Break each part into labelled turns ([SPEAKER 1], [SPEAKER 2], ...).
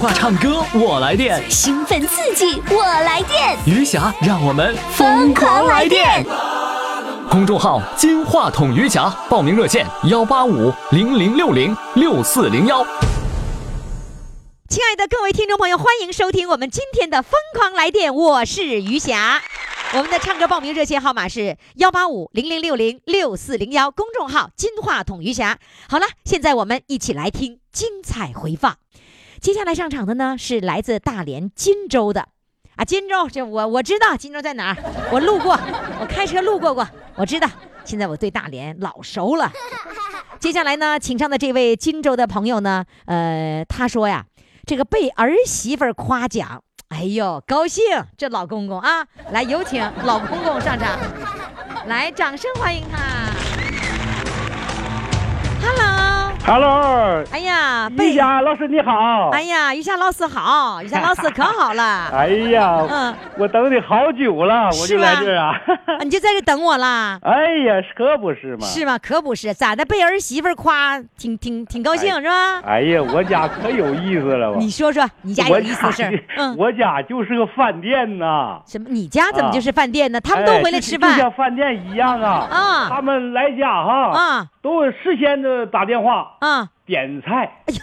[SPEAKER 1] 话唱歌我来电，
[SPEAKER 2] 兴奋刺激，我来电，
[SPEAKER 1] 余霞让我们疯狂来电。公众号“金话筒余霞”，报名热线：幺八五零零六零六四零幺。
[SPEAKER 3] 亲爱的各位听众朋友，欢迎收听我们今天的《疯狂来电》，我是余霞。我们的唱歌报名热线号码是幺八五零零六零六四零幺，公众号“金话筒余霞”。好了，现在我们一起来听精彩回放。接下来上场的呢是来自大连金州的，啊，金州这我我知道金州在哪儿，我路过， 我开车路过过，我知道。现在我对大连老熟了。接下来呢，请上的这位金州的朋友呢，呃，他说呀，这个被儿媳妇儿夸奖，哎呦，高兴！这老公公啊，来有请老公公上场，来，掌声欢迎他。Hello，
[SPEAKER 4] Hello，
[SPEAKER 3] 哎呀，
[SPEAKER 4] 一
[SPEAKER 3] 被
[SPEAKER 4] 家老师你好。
[SPEAKER 3] 哎呀，于霞老师好，于霞老师可好 了，啊
[SPEAKER 4] 哎呀，
[SPEAKER 3] 嗯，
[SPEAKER 4] 我等你好久了，我
[SPEAKER 3] 是
[SPEAKER 4] 就
[SPEAKER 3] 吧
[SPEAKER 4] 来这儿 啊。
[SPEAKER 3] 你就在这等我 啦。
[SPEAKER 4] 哎呀，可不是嘛。
[SPEAKER 3] 是吗？可不是，咋的？被儿媳妇儿夸，挺挺挺高兴、
[SPEAKER 4] 哎
[SPEAKER 3] 是吧？
[SPEAKER 4] 哎呀，我家可有意思了，我。
[SPEAKER 3] 啊你说说你家有
[SPEAKER 4] 我
[SPEAKER 3] 意思的事儿，嗯，
[SPEAKER 4] 我家就是个饭店呐。
[SPEAKER 3] 什么？你家怎么
[SPEAKER 4] 啊
[SPEAKER 3] 就是饭店呢？他们都
[SPEAKER 4] 哎
[SPEAKER 3] 回来
[SPEAKER 4] 就
[SPEAKER 3] 吃
[SPEAKER 4] 就
[SPEAKER 3] 饭
[SPEAKER 4] 像饭店一样啊。
[SPEAKER 3] 啊
[SPEAKER 4] 他们来家哈，
[SPEAKER 3] 啊
[SPEAKER 4] 都事先的打电话
[SPEAKER 3] 啊！
[SPEAKER 4] 点菜。
[SPEAKER 3] 哎呀，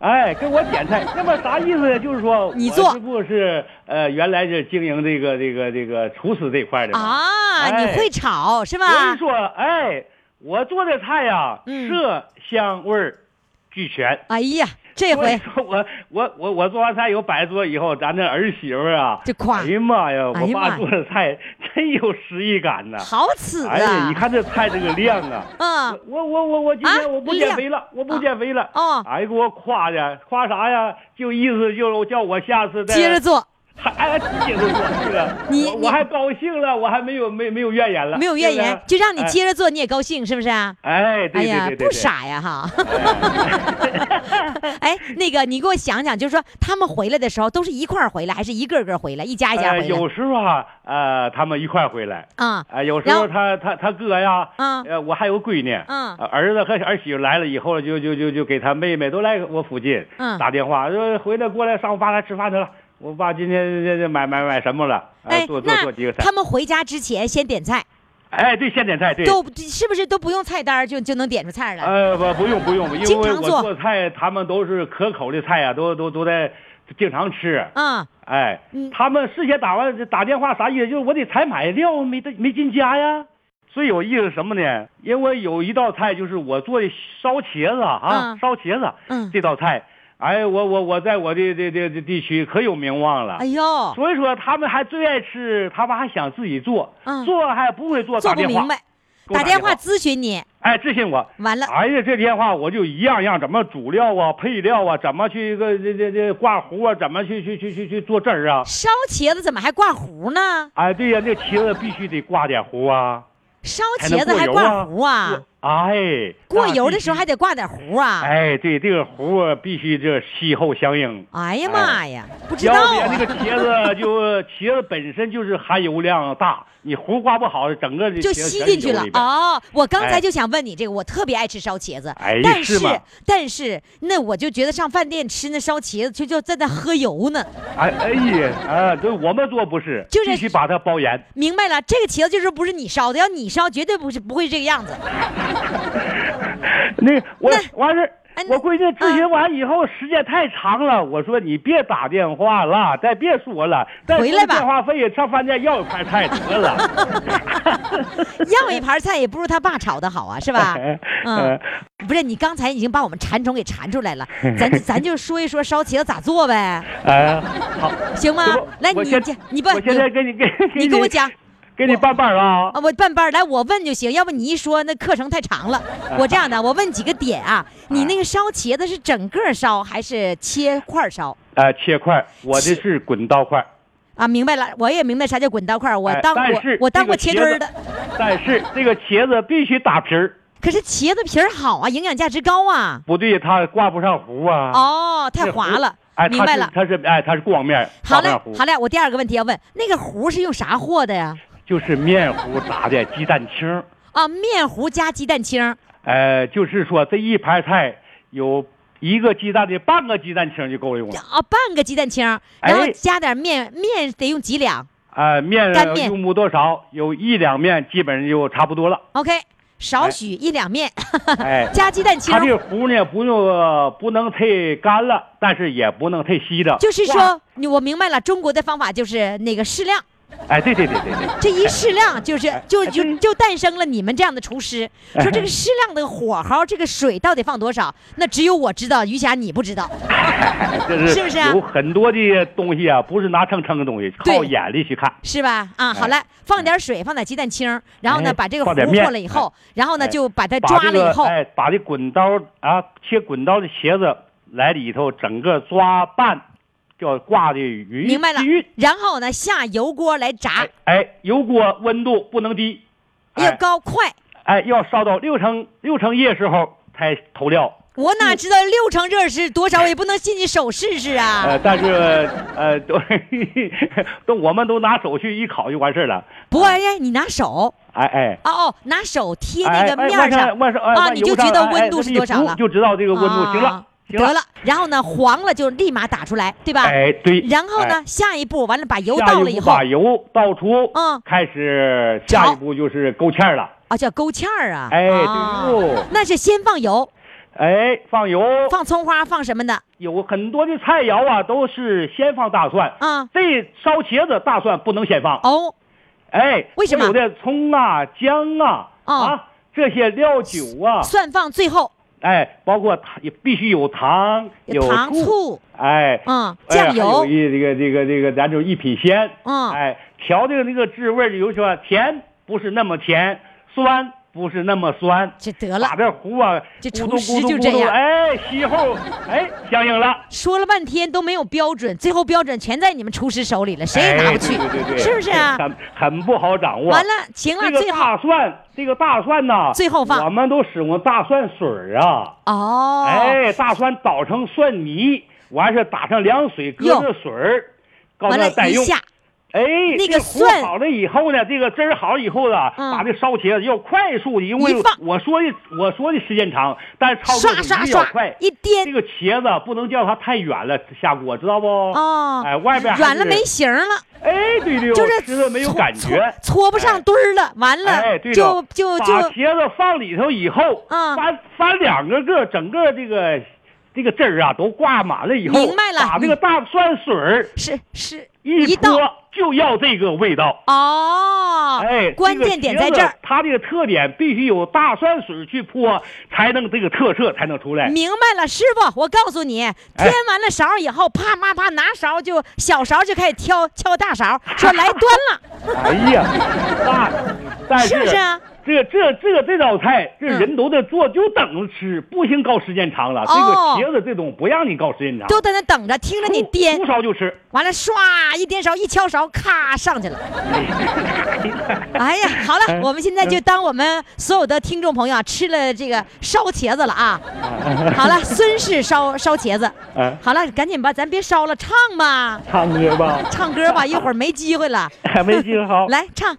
[SPEAKER 4] 哎，给我 点菜，那么啥意思呢？就是说，
[SPEAKER 3] 你做
[SPEAKER 4] 我师傅是呃，原来是经营这个这个这个厨师这块的嘛
[SPEAKER 3] 啊，
[SPEAKER 4] 哎
[SPEAKER 3] 你会炒是
[SPEAKER 4] 所
[SPEAKER 3] 吧
[SPEAKER 4] 以？说，哎，我做的菜呀、
[SPEAKER 3] 嗯
[SPEAKER 4] 色香味儿俱全。
[SPEAKER 3] 哎呀，这
[SPEAKER 4] 所以
[SPEAKER 3] 回
[SPEAKER 4] 说我我我我做完菜以后摆桌以后，咱这儿媳妇儿啊，
[SPEAKER 3] 就夸
[SPEAKER 4] 哎呀妈呀，
[SPEAKER 3] 哎呀
[SPEAKER 4] 我
[SPEAKER 3] 妈呀
[SPEAKER 4] 爸做的菜真有诗意感呐！
[SPEAKER 3] 好此
[SPEAKER 4] 哎呀，
[SPEAKER 3] 啊！
[SPEAKER 4] 你看这菜这个量 啊！
[SPEAKER 3] 嗯
[SPEAKER 4] 我我我我我今
[SPEAKER 3] 啊
[SPEAKER 4] 天我不减
[SPEAKER 3] 量
[SPEAKER 4] 肥了，我不减肥了。
[SPEAKER 3] 哦
[SPEAKER 4] 哎，给我夸的，夸啥呀？就意思就是叫我下次再
[SPEAKER 3] 接着做，
[SPEAKER 4] 还哎接着做，是的。
[SPEAKER 3] 你
[SPEAKER 4] 我
[SPEAKER 3] 你
[SPEAKER 4] 我还高兴了，我还没有没没有怨言了，
[SPEAKER 3] 没有怨
[SPEAKER 4] 是
[SPEAKER 3] 言
[SPEAKER 4] 不，是
[SPEAKER 3] 就让你
[SPEAKER 4] 哎
[SPEAKER 3] 接着做，你也高兴是不是啊？
[SPEAKER 4] 哎，
[SPEAKER 3] 哎
[SPEAKER 4] 对对
[SPEAKER 3] 呀
[SPEAKER 4] 对，对，
[SPEAKER 3] 不
[SPEAKER 4] 对。
[SPEAKER 3] 傻呀 哈！
[SPEAKER 4] 哎
[SPEAKER 3] 哎，那个你给我想想，就是说他们回来的时候都是一块儿回来，还是一个个回来，一家一家
[SPEAKER 4] 呃
[SPEAKER 3] 回来
[SPEAKER 4] 有时候啊，呃，他们一块儿回来。
[SPEAKER 3] 啊？
[SPEAKER 4] 啊、有时
[SPEAKER 3] 然
[SPEAKER 4] 候
[SPEAKER 3] 后
[SPEAKER 4] 他他他哥呀，
[SPEAKER 3] 嗯
[SPEAKER 4] 呃，我还有闺女，
[SPEAKER 3] 嗯
[SPEAKER 4] 呃儿子和儿媳妇来了以后，就就就就给他妹妹都来我附近，
[SPEAKER 3] 嗯
[SPEAKER 4] 打电话说回来过来上我爸那吃饭去了，我爸今天这这买买买什么了，
[SPEAKER 3] 哎
[SPEAKER 4] 哎，做做做几
[SPEAKER 3] 那
[SPEAKER 4] 个菜
[SPEAKER 3] 他，们回家之前先点菜，
[SPEAKER 4] 哎，对，现点菜，对，
[SPEAKER 3] 都是不是都不用菜单儿就就能点出菜儿来？
[SPEAKER 4] 呃，不不用不用，因
[SPEAKER 3] 经
[SPEAKER 4] 为
[SPEAKER 3] 常
[SPEAKER 4] 我
[SPEAKER 3] 做
[SPEAKER 4] 做菜，他们都是可口的菜啊，都都都在经常吃，
[SPEAKER 3] 啊，
[SPEAKER 4] 哎
[SPEAKER 3] 嗯，
[SPEAKER 4] 他们事先打完打电话啥意思？就是我得采买料没得没进家呀。最有意思是什么呢？因为有一道菜就是我做的烧茄子啊，
[SPEAKER 3] 嗯
[SPEAKER 4] 烧茄子，
[SPEAKER 3] 嗯
[SPEAKER 4] 这道菜，哎，我我我在我的这这这地区可有名望了。
[SPEAKER 3] 哎呦，
[SPEAKER 4] 所以说他们还最爱吃，他们还想自己做，
[SPEAKER 3] 嗯
[SPEAKER 4] 做还不会做，
[SPEAKER 3] 做
[SPEAKER 4] 打
[SPEAKER 3] 不
[SPEAKER 4] 电话
[SPEAKER 3] 明，白，
[SPEAKER 4] 给我
[SPEAKER 3] 打
[SPEAKER 4] 打
[SPEAKER 3] 电
[SPEAKER 4] 电
[SPEAKER 3] 话
[SPEAKER 4] 话
[SPEAKER 3] 咨询你，
[SPEAKER 4] 哎，咨询我。
[SPEAKER 3] 完了，
[SPEAKER 4] 哎呀，这电话我就一样样怎么煮料啊、配料啊，怎么去个这这这挂糊啊，怎么去去去去去做汁儿啊，
[SPEAKER 3] 烧茄子怎么还挂糊呢？
[SPEAKER 4] 哎，对呀、那茄子必须得挂点糊啊，
[SPEAKER 3] 烧
[SPEAKER 4] 才能
[SPEAKER 3] 茄子还
[SPEAKER 4] 过油
[SPEAKER 3] 挂糊啊？
[SPEAKER 4] 啊！哎，
[SPEAKER 3] 过
[SPEAKER 4] 那
[SPEAKER 3] 油
[SPEAKER 4] 必
[SPEAKER 3] 的时候
[SPEAKER 4] 须
[SPEAKER 3] 还得挂点糊啊？
[SPEAKER 4] 哎，对，这个糊啊必须这息后相应，
[SPEAKER 3] 哎呀妈呀，不知
[SPEAKER 4] 要
[SPEAKER 3] 道
[SPEAKER 4] 不然这
[SPEAKER 3] 啊，
[SPEAKER 4] 个茄子就茄子本身就是含油量大，你糊挂不好，整个这
[SPEAKER 3] 就
[SPEAKER 4] 茄子
[SPEAKER 3] 吸
[SPEAKER 4] 全
[SPEAKER 3] 进去
[SPEAKER 4] 油
[SPEAKER 3] 了
[SPEAKER 4] 里。边
[SPEAKER 3] 哦，我刚才
[SPEAKER 4] 哎
[SPEAKER 3] 就想问你这个，我特别爱吃烧茄子
[SPEAKER 4] 哎，
[SPEAKER 3] 但
[SPEAKER 4] 是
[SPEAKER 3] 是
[SPEAKER 4] 吗
[SPEAKER 3] 但是那我就觉得上饭店吃那烧茄子就就在那喝油呢。
[SPEAKER 4] 哎哎呀，啊，对，我们做不是，
[SPEAKER 3] 就是
[SPEAKER 4] 必须把它包严。
[SPEAKER 3] 明白了，这个茄子就是不是你烧的，要你烧绝对不是不会这个样子。
[SPEAKER 4] 那我
[SPEAKER 3] 那
[SPEAKER 4] 完事儿
[SPEAKER 3] 哎。
[SPEAKER 4] 我闺女咨询完以后，时间太长了，我说你别打电话了，再别说了，再
[SPEAKER 3] 回
[SPEAKER 4] 付
[SPEAKER 3] 来吧
[SPEAKER 4] 电话费上饭店要一盘菜得了。
[SPEAKER 3] 要一盘菜也不如他爸炒的好啊，是 吧？嗯，
[SPEAKER 4] 呃
[SPEAKER 3] 不是，你刚才已经把我们馋虫给馋出来 了，咱咱就说一说烧茄子咋做呗，
[SPEAKER 4] 哎，好，
[SPEAKER 3] 行吗
[SPEAKER 4] 这不？
[SPEAKER 3] 来，
[SPEAKER 4] 我
[SPEAKER 3] 你
[SPEAKER 4] 先
[SPEAKER 3] 这你不
[SPEAKER 4] 我现在
[SPEAKER 3] 你
[SPEAKER 4] 给你给
[SPEAKER 3] 你给我讲。
[SPEAKER 4] 给你办办啊。
[SPEAKER 3] 啊，我半半儿来，我问就行，要不你一说那课程太长了。我这样的，我问几个点啊，你那个烧茄子是整个烧还是切块儿烧
[SPEAKER 4] 呃，切块，我的是滚刀块。
[SPEAKER 3] 啊？明白了，我也明白啥叫滚刀块儿，我
[SPEAKER 4] 哎
[SPEAKER 3] 当
[SPEAKER 4] 但
[SPEAKER 3] 我
[SPEAKER 4] 是
[SPEAKER 3] 我当
[SPEAKER 4] 这
[SPEAKER 3] 过
[SPEAKER 4] 个
[SPEAKER 3] 切
[SPEAKER 4] 茄
[SPEAKER 3] 墩儿
[SPEAKER 4] 子
[SPEAKER 3] 的，
[SPEAKER 4] 但是这个茄子必须打皮儿，
[SPEAKER 3] 可是茄子皮儿好啊，营养价值高啊。
[SPEAKER 4] 不对它挂不上糊啊。
[SPEAKER 3] 哦，太
[SPEAKER 4] 这
[SPEAKER 3] 滑
[SPEAKER 4] 糊
[SPEAKER 3] 了，
[SPEAKER 4] 哎，
[SPEAKER 3] 明
[SPEAKER 4] 它
[SPEAKER 3] 白
[SPEAKER 4] 是
[SPEAKER 3] 了。
[SPEAKER 4] 它是哎，它是光面，
[SPEAKER 3] 好
[SPEAKER 4] 挂不
[SPEAKER 3] 嘞
[SPEAKER 4] 上糊，
[SPEAKER 3] 好嘞，我第二个问题要问，那个糊是用啥和的呀？
[SPEAKER 4] 就是面糊炸的鸡蛋清儿。
[SPEAKER 3] 啊，面糊加鸡蛋清儿，
[SPEAKER 4] 呃，就是说这一盘菜有一个鸡蛋的半个鸡蛋清就够用了。
[SPEAKER 3] 啊，半个鸡蛋清儿，
[SPEAKER 4] 哎
[SPEAKER 3] 然后加点面，面得用几两
[SPEAKER 4] 呃，面
[SPEAKER 3] 干面
[SPEAKER 4] 用不多少，有一两面基本上就差不多 了。
[SPEAKER 3] ？OK，少
[SPEAKER 4] 哎
[SPEAKER 3] 许一两面，
[SPEAKER 4] 哎
[SPEAKER 3] 加鸡蛋清
[SPEAKER 4] 它这
[SPEAKER 3] 儿，
[SPEAKER 4] 个糊呢，不用呃不能太干了，但是也不能太稀了。
[SPEAKER 3] 就是
[SPEAKER 4] 哇，
[SPEAKER 3] 说，你我明白了，中国的方法就是那个适量。
[SPEAKER 4] 哎，对对对对对，
[SPEAKER 3] 这一适量就是就
[SPEAKER 4] 哎
[SPEAKER 3] 就
[SPEAKER 4] 对哎
[SPEAKER 3] 就诞生了你们这样的厨师，说这个适量的火候，这个水到底放多少，那只有我知道，于霞你不知道。
[SPEAKER 4] 哎这
[SPEAKER 3] 是不是啊
[SPEAKER 4] 有很多的东西啊，不是拿秤称的东西，
[SPEAKER 3] 对
[SPEAKER 4] 靠眼力去看。
[SPEAKER 3] 是吧？啊，好了，放点水，放点鸡蛋清儿，然后呢，
[SPEAKER 4] 哎
[SPEAKER 3] 把这个糊
[SPEAKER 4] 放点
[SPEAKER 3] 和
[SPEAKER 4] 面
[SPEAKER 3] 了以后，然后呢，
[SPEAKER 4] 哎
[SPEAKER 3] 就把它
[SPEAKER 4] 把
[SPEAKER 3] 抓了
[SPEAKER 4] 这个
[SPEAKER 3] 以后，
[SPEAKER 4] 哎，把这滚刀啊，切滚刀的茄子来里头，整个抓拌，叫挂的匀。
[SPEAKER 3] 明白了啊
[SPEAKER 4] 均匀。
[SPEAKER 3] 然后呢，下油锅来炸
[SPEAKER 4] 哎，哎，油锅温度不能低，
[SPEAKER 3] 要
[SPEAKER 4] 哎
[SPEAKER 3] 高快。
[SPEAKER 4] 哎，要烧到六成六成液时候才投料。
[SPEAKER 3] 我
[SPEAKER 4] 嗯
[SPEAKER 3] 哪知道六成热是多
[SPEAKER 4] 哎
[SPEAKER 3] 少？我也不能信你手试试啊！
[SPEAKER 4] 呃，但是呃，都都我们都拿手去一烤就完事儿了。
[SPEAKER 3] 不过哎，你拿手
[SPEAKER 4] 哎哎。
[SPEAKER 3] 哦哦，拿手贴
[SPEAKER 4] 哎
[SPEAKER 3] 那个
[SPEAKER 4] 哎
[SPEAKER 3] 面儿
[SPEAKER 4] 往
[SPEAKER 3] 上
[SPEAKER 4] 往上哎
[SPEAKER 3] 啊，
[SPEAKER 4] 往
[SPEAKER 3] 你就
[SPEAKER 4] 油
[SPEAKER 3] 知
[SPEAKER 4] 上
[SPEAKER 3] 道
[SPEAKER 4] 哎
[SPEAKER 3] 温
[SPEAKER 4] 哎
[SPEAKER 3] 度
[SPEAKER 4] 这
[SPEAKER 3] 是
[SPEAKER 4] 么一
[SPEAKER 3] 多少
[SPEAKER 4] 涂
[SPEAKER 3] 了。
[SPEAKER 4] 就知道这个温度。
[SPEAKER 3] 啊
[SPEAKER 4] 行了，行
[SPEAKER 3] 得了，然后呢，黄了就立马打出来，对吧？
[SPEAKER 4] 哎对。
[SPEAKER 3] 然后呢
[SPEAKER 4] 哎？，
[SPEAKER 3] 下一步完了把油
[SPEAKER 4] 下
[SPEAKER 3] 倒
[SPEAKER 4] 一
[SPEAKER 3] 了以
[SPEAKER 4] 步
[SPEAKER 3] 后
[SPEAKER 4] 把油倒出，
[SPEAKER 3] 嗯
[SPEAKER 4] 开始下
[SPEAKER 3] 炒
[SPEAKER 4] 一步就是勾芡儿了。
[SPEAKER 3] 啊，叫勾芡儿啊。
[SPEAKER 4] 哎
[SPEAKER 3] 啊
[SPEAKER 4] 对喽
[SPEAKER 3] 那是先放油，
[SPEAKER 4] 哎，放油，
[SPEAKER 3] 放葱花，放什么的
[SPEAKER 4] 有很多的菜肴啊，都是先放大蒜。
[SPEAKER 3] 啊？
[SPEAKER 4] 这烧茄子大蒜不能先放，
[SPEAKER 3] 哦，
[SPEAKER 4] 哎，
[SPEAKER 3] 为什么
[SPEAKER 4] 有的葱啊、姜啊、
[SPEAKER 3] 哦
[SPEAKER 4] 啊这些料酒啊，
[SPEAKER 3] 蒜放最后，
[SPEAKER 4] 哎，包括糖也必须有糖、有
[SPEAKER 3] 糖、醋，
[SPEAKER 4] 哎，
[SPEAKER 3] 嗯，
[SPEAKER 4] 哎
[SPEAKER 3] 酱
[SPEAKER 4] 还有
[SPEAKER 3] 油，
[SPEAKER 4] 一这个这个这个，咱就一品鲜，
[SPEAKER 3] 嗯
[SPEAKER 4] 哎，调这个那个滋味儿，有说啊甜不是那么甜，酸不是那么酸，
[SPEAKER 3] 这得了
[SPEAKER 4] 把。这糊啊，
[SPEAKER 3] 这
[SPEAKER 4] 咕
[SPEAKER 3] 厨
[SPEAKER 4] 嘟
[SPEAKER 3] 师
[SPEAKER 4] 咕嘟
[SPEAKER 3] 就
[SPEAKER 4] 咕
[SPEAKER 3] 这
[SPEAKER 4] 嘟
[SPEAKER 3] 样
[SPEAKER 4] 哎，吸后，哎，相应了。
[SPEAKER 3] 说了半天都没有标准，最后标准全在你们厨师手里了，谁也拿不去，
[SPEAKER 4] 哎对对对对
[SPEAKER 3] 是不是啊？
[SPEAKER 4] 很很不好掌握。
[SPEAKER 3] 完了，行了，
[SPEAKER 4] 这个
[SPEAKER 3] 最后
[SPEAKER 4] 大蒜，这个大蒜呐，
[SPEAKER 3] 最后放
[SPEAKER 4] 我们都使用大蒜水儿啊，
[SPEAKER 3] 哦，
[SPEAKER 4] 哎，大蒜捣成蒜泥，完事儿打上凉水，搁
[SPEAKER 3] 哟
[SPEAKER 4] 上水儿，高
[SPEAKER 3] 完
[SPEAKER 4] 热
[SPEAKER 3] 了
[SPEAKER 4] 再
[SPEAKER 3] 一
[SPEAKER 4] 用。
[SPEAKER 3] 下，
[SPEAKER 4] 哎，
[SPEAKER 3] 那
[SPEAKER 4] 这
[SPEAKER 3] 个
[SPEAKER 4] 糊
[SPEAKER 3] 蒜
[SPEAKER 4] 好了以后呢，这个汁儿好了以后呢，
[SPEAKER 3] 嗯
[SPEAKER 4] 把这烧茄子要快速的，因为
[SPEAKER 3] 一放
[SPEAKER 4] 我说的我说的时间长，但是操作
[SPEAKER 3] 刷
[SPEAKER 4] 手
[SPEAKER 3] 刷
[SPEAKER 4] 比较
[SPEAKER 3] 刷
[SPEAKER 4] 快，。
[SPEAKER 3] 一
[SPEAKER 4] 这
[SPEAKER 3] 颠，
[SPEAKER 4] 个茄子不能叫它太软了下锅，知道不？
[SPEAKER 3] 哦
[SPEAKER 4] 哎，外边还
[SPEAKER 3] 软了
[SPEAKER 4] 是
[SPEAKER 3] 没形儿了，
[SPEAKER 4] 哎，对对，
[SPEAKER 3] 就
[SPEAKER 4] 我吃
[SPEAKER 3] 是
[SPEAKER 4] 的没有
[SPEAKER 3] 搓
[SPEAKER 4] 感
[SPEAKER 3] 搓
[SPEAKER 4] 觉，
[SPEAKER 3] 搓不上堆儿了，完
[SPEAKER 4] 哎，
[SPEAKER 3] 了
[SPEAKER 4] 对
[SPEAKER 3] 就
[SPEAKER 4] 了
[SPEAKER 3] 就
[SPEAKER 4] 把
[SPEAKER 3] 就
[SPEAKER 4] 茄子放里头以后，
[SPEAKER 3] 嗯
[SPEAKER 4] 翻翻两个个，整个这个这个汁儿啊都挂满了以后，
[SPEAKER 3] 明白了
[SPEAKER 4] 把这个大蒜水儿
[SPEAKER 3] 是是
[SPEAKER 4] 一
[SPEAKER 3] 倒
[SPEAKER 4] 泼，就要这个味道。
[SPEAKER 3] 哦，
[SPEAKER 4] 哎，
[SPEAKER 3] 关键点在这
[SPEAKER 4] 这个茄
[SPEAKER 3] 儿
[SPEAKER 4] 子，它这个特点必须有大蒜水去泼，才能这个特色才能出来。
[SPEAKER 3] 明白了，师傅，我告诉你，添完了勺以后，啪啪啪，拿勺就小勺就开始挑敲大勺，说来端了。
[SPEAKER 4] 哎呀， 那但
[SPEAKER 3] 是不是啊
[SPEAKER 4] 这这这这道菜，这
[SPEAKER 3] 嗯
[SPEAKER 4] 人都得做，就等着吃，不行搞时间长了。这个
[SPEAKER 3] 哦
[SPEAKER 4] 茄子这种不让你搞时间长，
[SPEAKER 3] 都在那等着，听着你颠
[SPEAKER 4] 不，烧就吃。
[SPEAKER 3] 完了唰一颠勺，一敲勺，咔上去了。 哎呀，好了，我们现在就当我们所有的听众朋友啊，吃了这个烧茄子了啊。
[SPEAKER 4] 哎
[SPEAKER 3] 好了，孙氏烧烧茄子
[SPEAKER 4] 嗯。
[SPEAKER 3] 好了，赶紧吧，咱别烧了，唱吧，
[SPEAKER 4] 唱歌吧，
[SPEAKER 3] 唱歌吧，一会儿没机会了。
[SPEAKER 4] 没记好。
[SPEAKER 3] 来唱，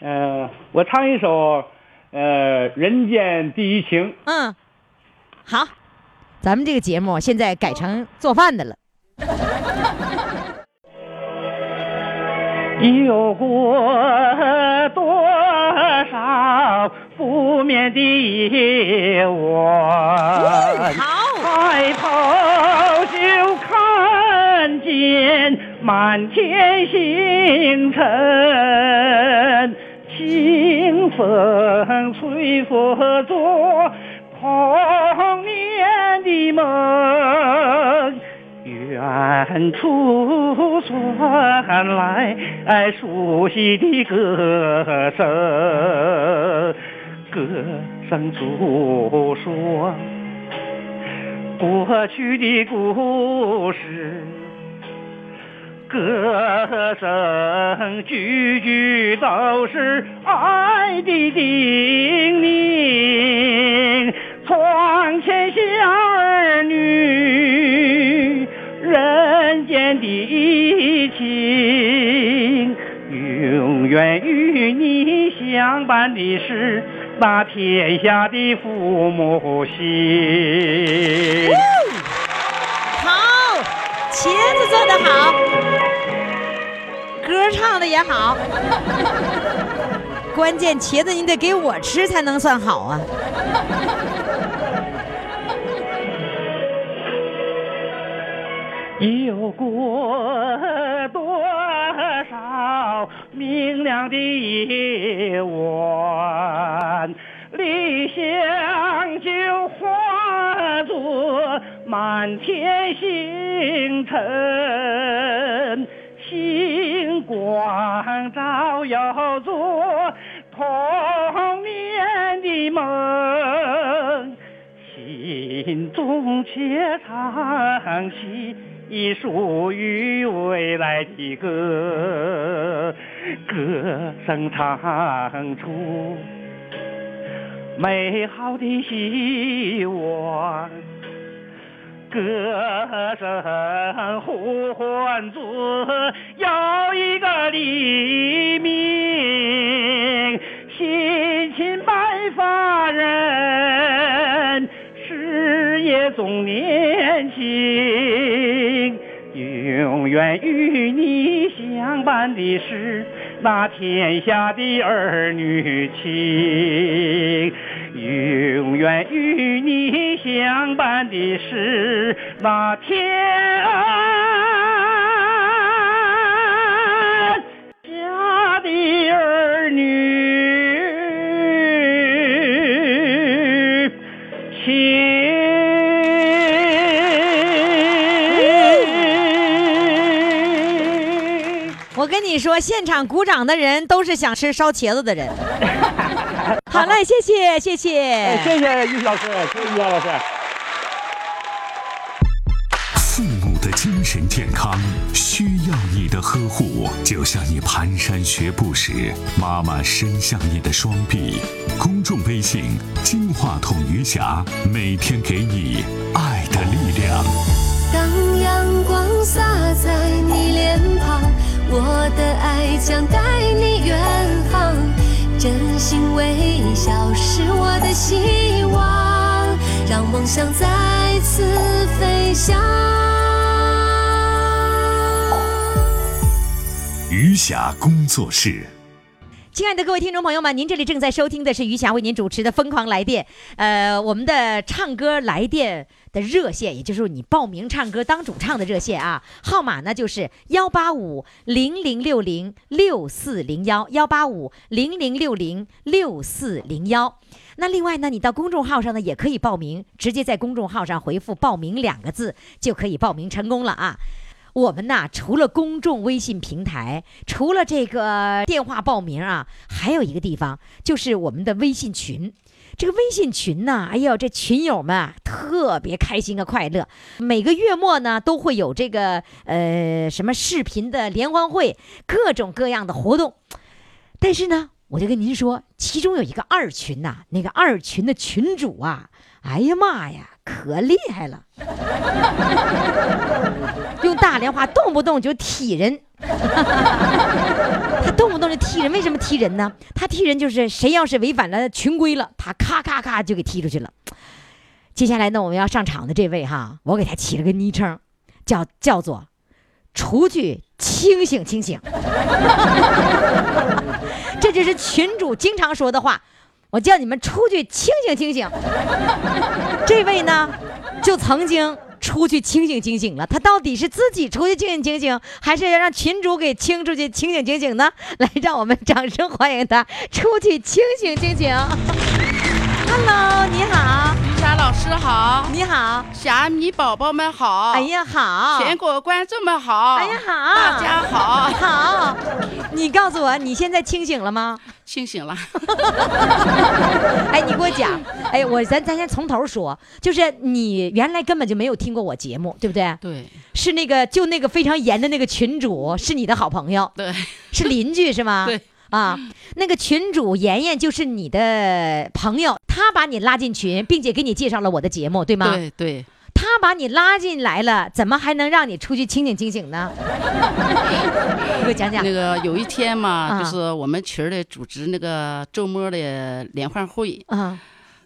[SPEAKER 4] 呃，我唱一首，呃，《人间第一情》。
[SPEAKER 3] 嗯，好，咱们这个节目现在改成做饭的了。
[SPEAKER 4] 有过多少不眠的夜晚？
[SPEAKER 3] 好，
[SPEAKER 4] 抬头就看见满天星辰，清风吹拂着童年的梦。远处传来熟悉的歌声，歌声诉说过去的故事，歌声句句都是爱的叮咛。床前小儿女，人间的情，永远与你相伴的是那天下的父母心。
[SPEAKER 3] 片子做得好，歌唱的也好，关键茄子你得给我吃才能算好啊。
[SPEAKER 5] 有过多少明亮的夜晚，理想就化作满天星辰，星光照耀着童年的梦，心中却唱起。已属于未来的歌，歌声唱出美好的希望，歌声呼唤着又一个黎明，辛勤白发人，事业总年轻。永远与你相伴的是那天下的儿女情，永远与你相伴的是那天下的儿女情。
[SPEAKER 3] 我跟你说，现场鼓掌的人都是想吃烧茄子 的人。好嘞，谢谢谢哎谢，
[SPEAKER 5] 谢谢于老师，谢谢于老师。
[SPEAKER 6] 父母的精神健康需要你的呵护，就像你蹒跚学步时，妈妈伸向你的双臂。公众微信“金话筒余霞”，每天给你爱的力量。
[SPEAKER 7] 当阳光洒在你脸庞。我的爱将带你远航，真心微笑是我的希望，让梦想再次飞翔。
[SPEAKER 6] 余霞工作室。
[SPEAKER 3] 亲爱的各位听众朋友们，您这里正在收听的是余霞为您主持的《疯狂来电》。呃，我们的唱歌来电的热线，也就是你报名唱歌当主唱的热线啊，号码呢就是幺八五零零六零六四零幺，幺八五零零六零六四零幺。那另外呢，你到公众号上呢也可以报名，直接在公众号上回复“报名”两个字就可以报名成功了啊。我们呐、除了公众微信平台，除了这个电话报名啊，还有一个地方就是我们的微信群。这个微信群呐，哎呦，这群友们啊，特别开心和快乐。每个月末呢，都会有这个呃什么视频的联欢会，各种各样的活动。但是呢，我就跟您说，其中有一个二群呐、那个二群的群主啊，哎呀妈呀，可厉害了，用大连话动不动就踢人。他动不动就踢人，为什么踢人呢？他踢人就是谁要是违反了群规了，他咔咔咔就给踢出去了。接下来呢，我们要上场的这位哈，我给他起了个昵称，叫叫做“出去清醒清醒”， 这就是群主经常说的话。我叫你们出去清醒清醒。 这位呢，就曾经出去清醒清醒了。他到底是自己出去清醒清醒，还是要让群主给清出去清醒清醒呢？来，让我们掌声欢迎他出去清醒清醒。Hello，你好，
[SPEAKER 8] 于霞老师好，
[SPEAKER 3] 你好，
[SPEAKER 8] 霞米宝宝们好，
[SPEAKER 3] 哎，呀好，
[SPEAKER 8] 全国观众们好，
[SPEAKER 3] 哎呀好，
[SPEAKER 8] 大家好，
[SPEAKER 3] 好，你告诉我你现在清醒了吗？
[SPEAKER 8] 清醒了，
[SPEAKER 3] 哎，你给我讲，哎，我咱咱先从头说，就是你原来根本就没有听过我节目，对不对？
[SPEAKER 8] 对
[SPEAKER 3] 是那个就那个非常严的那个群主是你的好朋友，
[SPEAKER 8] 对
[SPEAKER 3] 是邻居是吗？
[SPEAKER 8] 对。
[SPEAKER 3] 啊，那个群主妍妍就是你的朋友，他把你拉进群，并且给你介绍了我的节目，对吗？
[SPEAKER 8] 对对，
[SPEAKER 3] 他把你拉进来了，怎么还能让你出去清醒清醒呢？ 你给我讲讲
[SPEAKER 8] 那。个有一天嘛，
[SPEAKER 3] 啊
[SPEAKER 8] 就是我们群儿里组织那个周末的联欢会，
[SPEAKER 3] 啊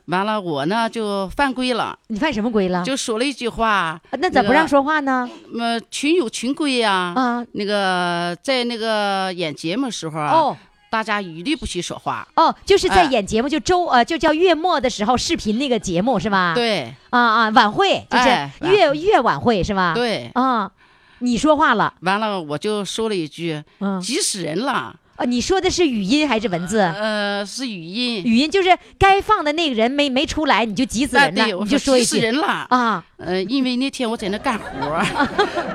[SPEAKER 8] 完了我呢就犯规了，
[SPEAKER 3] 你犯什么规了？
[SPEAKER 8] 就说了一句话，
[SPEAKER 3] 啊那咋不让说话呢？
[SPEAKER 8] 呃，群有群规呀、
[SPEAKER 3] 啊
[SPEAKER 8] 那个在那个演节目时候啊，
[SPEAKER 3] 哦
[SPEAKER 8] 大家一律不许说话。
[SPEAKER 3] 哦，就是在
[SPEAKER 8] 哎
[SPEAKER 3] 演节目，就周呃，就叫月末的时候视频那个节目是吧？
[SPEAKER 8] 对
[SPEAKER 3] 啊啊，晚会就是
[SPEAKER 8] 哎
[SPEAKER 3] 月月晚会是吧？
[SPEAKER 8] 对，
[SPEAKER 3] 啊，你说话了，
[SPEAKER 8] 完了我就说了一句
[SPEAKER 3] 嗯，
[SPEAKER 8] 急死人了，
[SPEAKER 3] 啊，你说的是语音还是文字？
[SPEAKER 8] 呃，是语音。
[SPEAKER 3] 语音就是该放的那个人没没出来，你就急死
[SPEAKER 8] 那
[SPEAKER 3] 人
[SPEAKER 8] 对，
[SPEAKER 3] 了，
[SPEAKER 8] 我
[SPEAKER 3] 你就说一
[SPEAKER 8] 急死
[SPEAKER 3] 句
[SPEAKER 8] 人了。
[SPEAKER 3] 啊，
[SPEAKER 8] 呃，因为那天我在那干活 儿，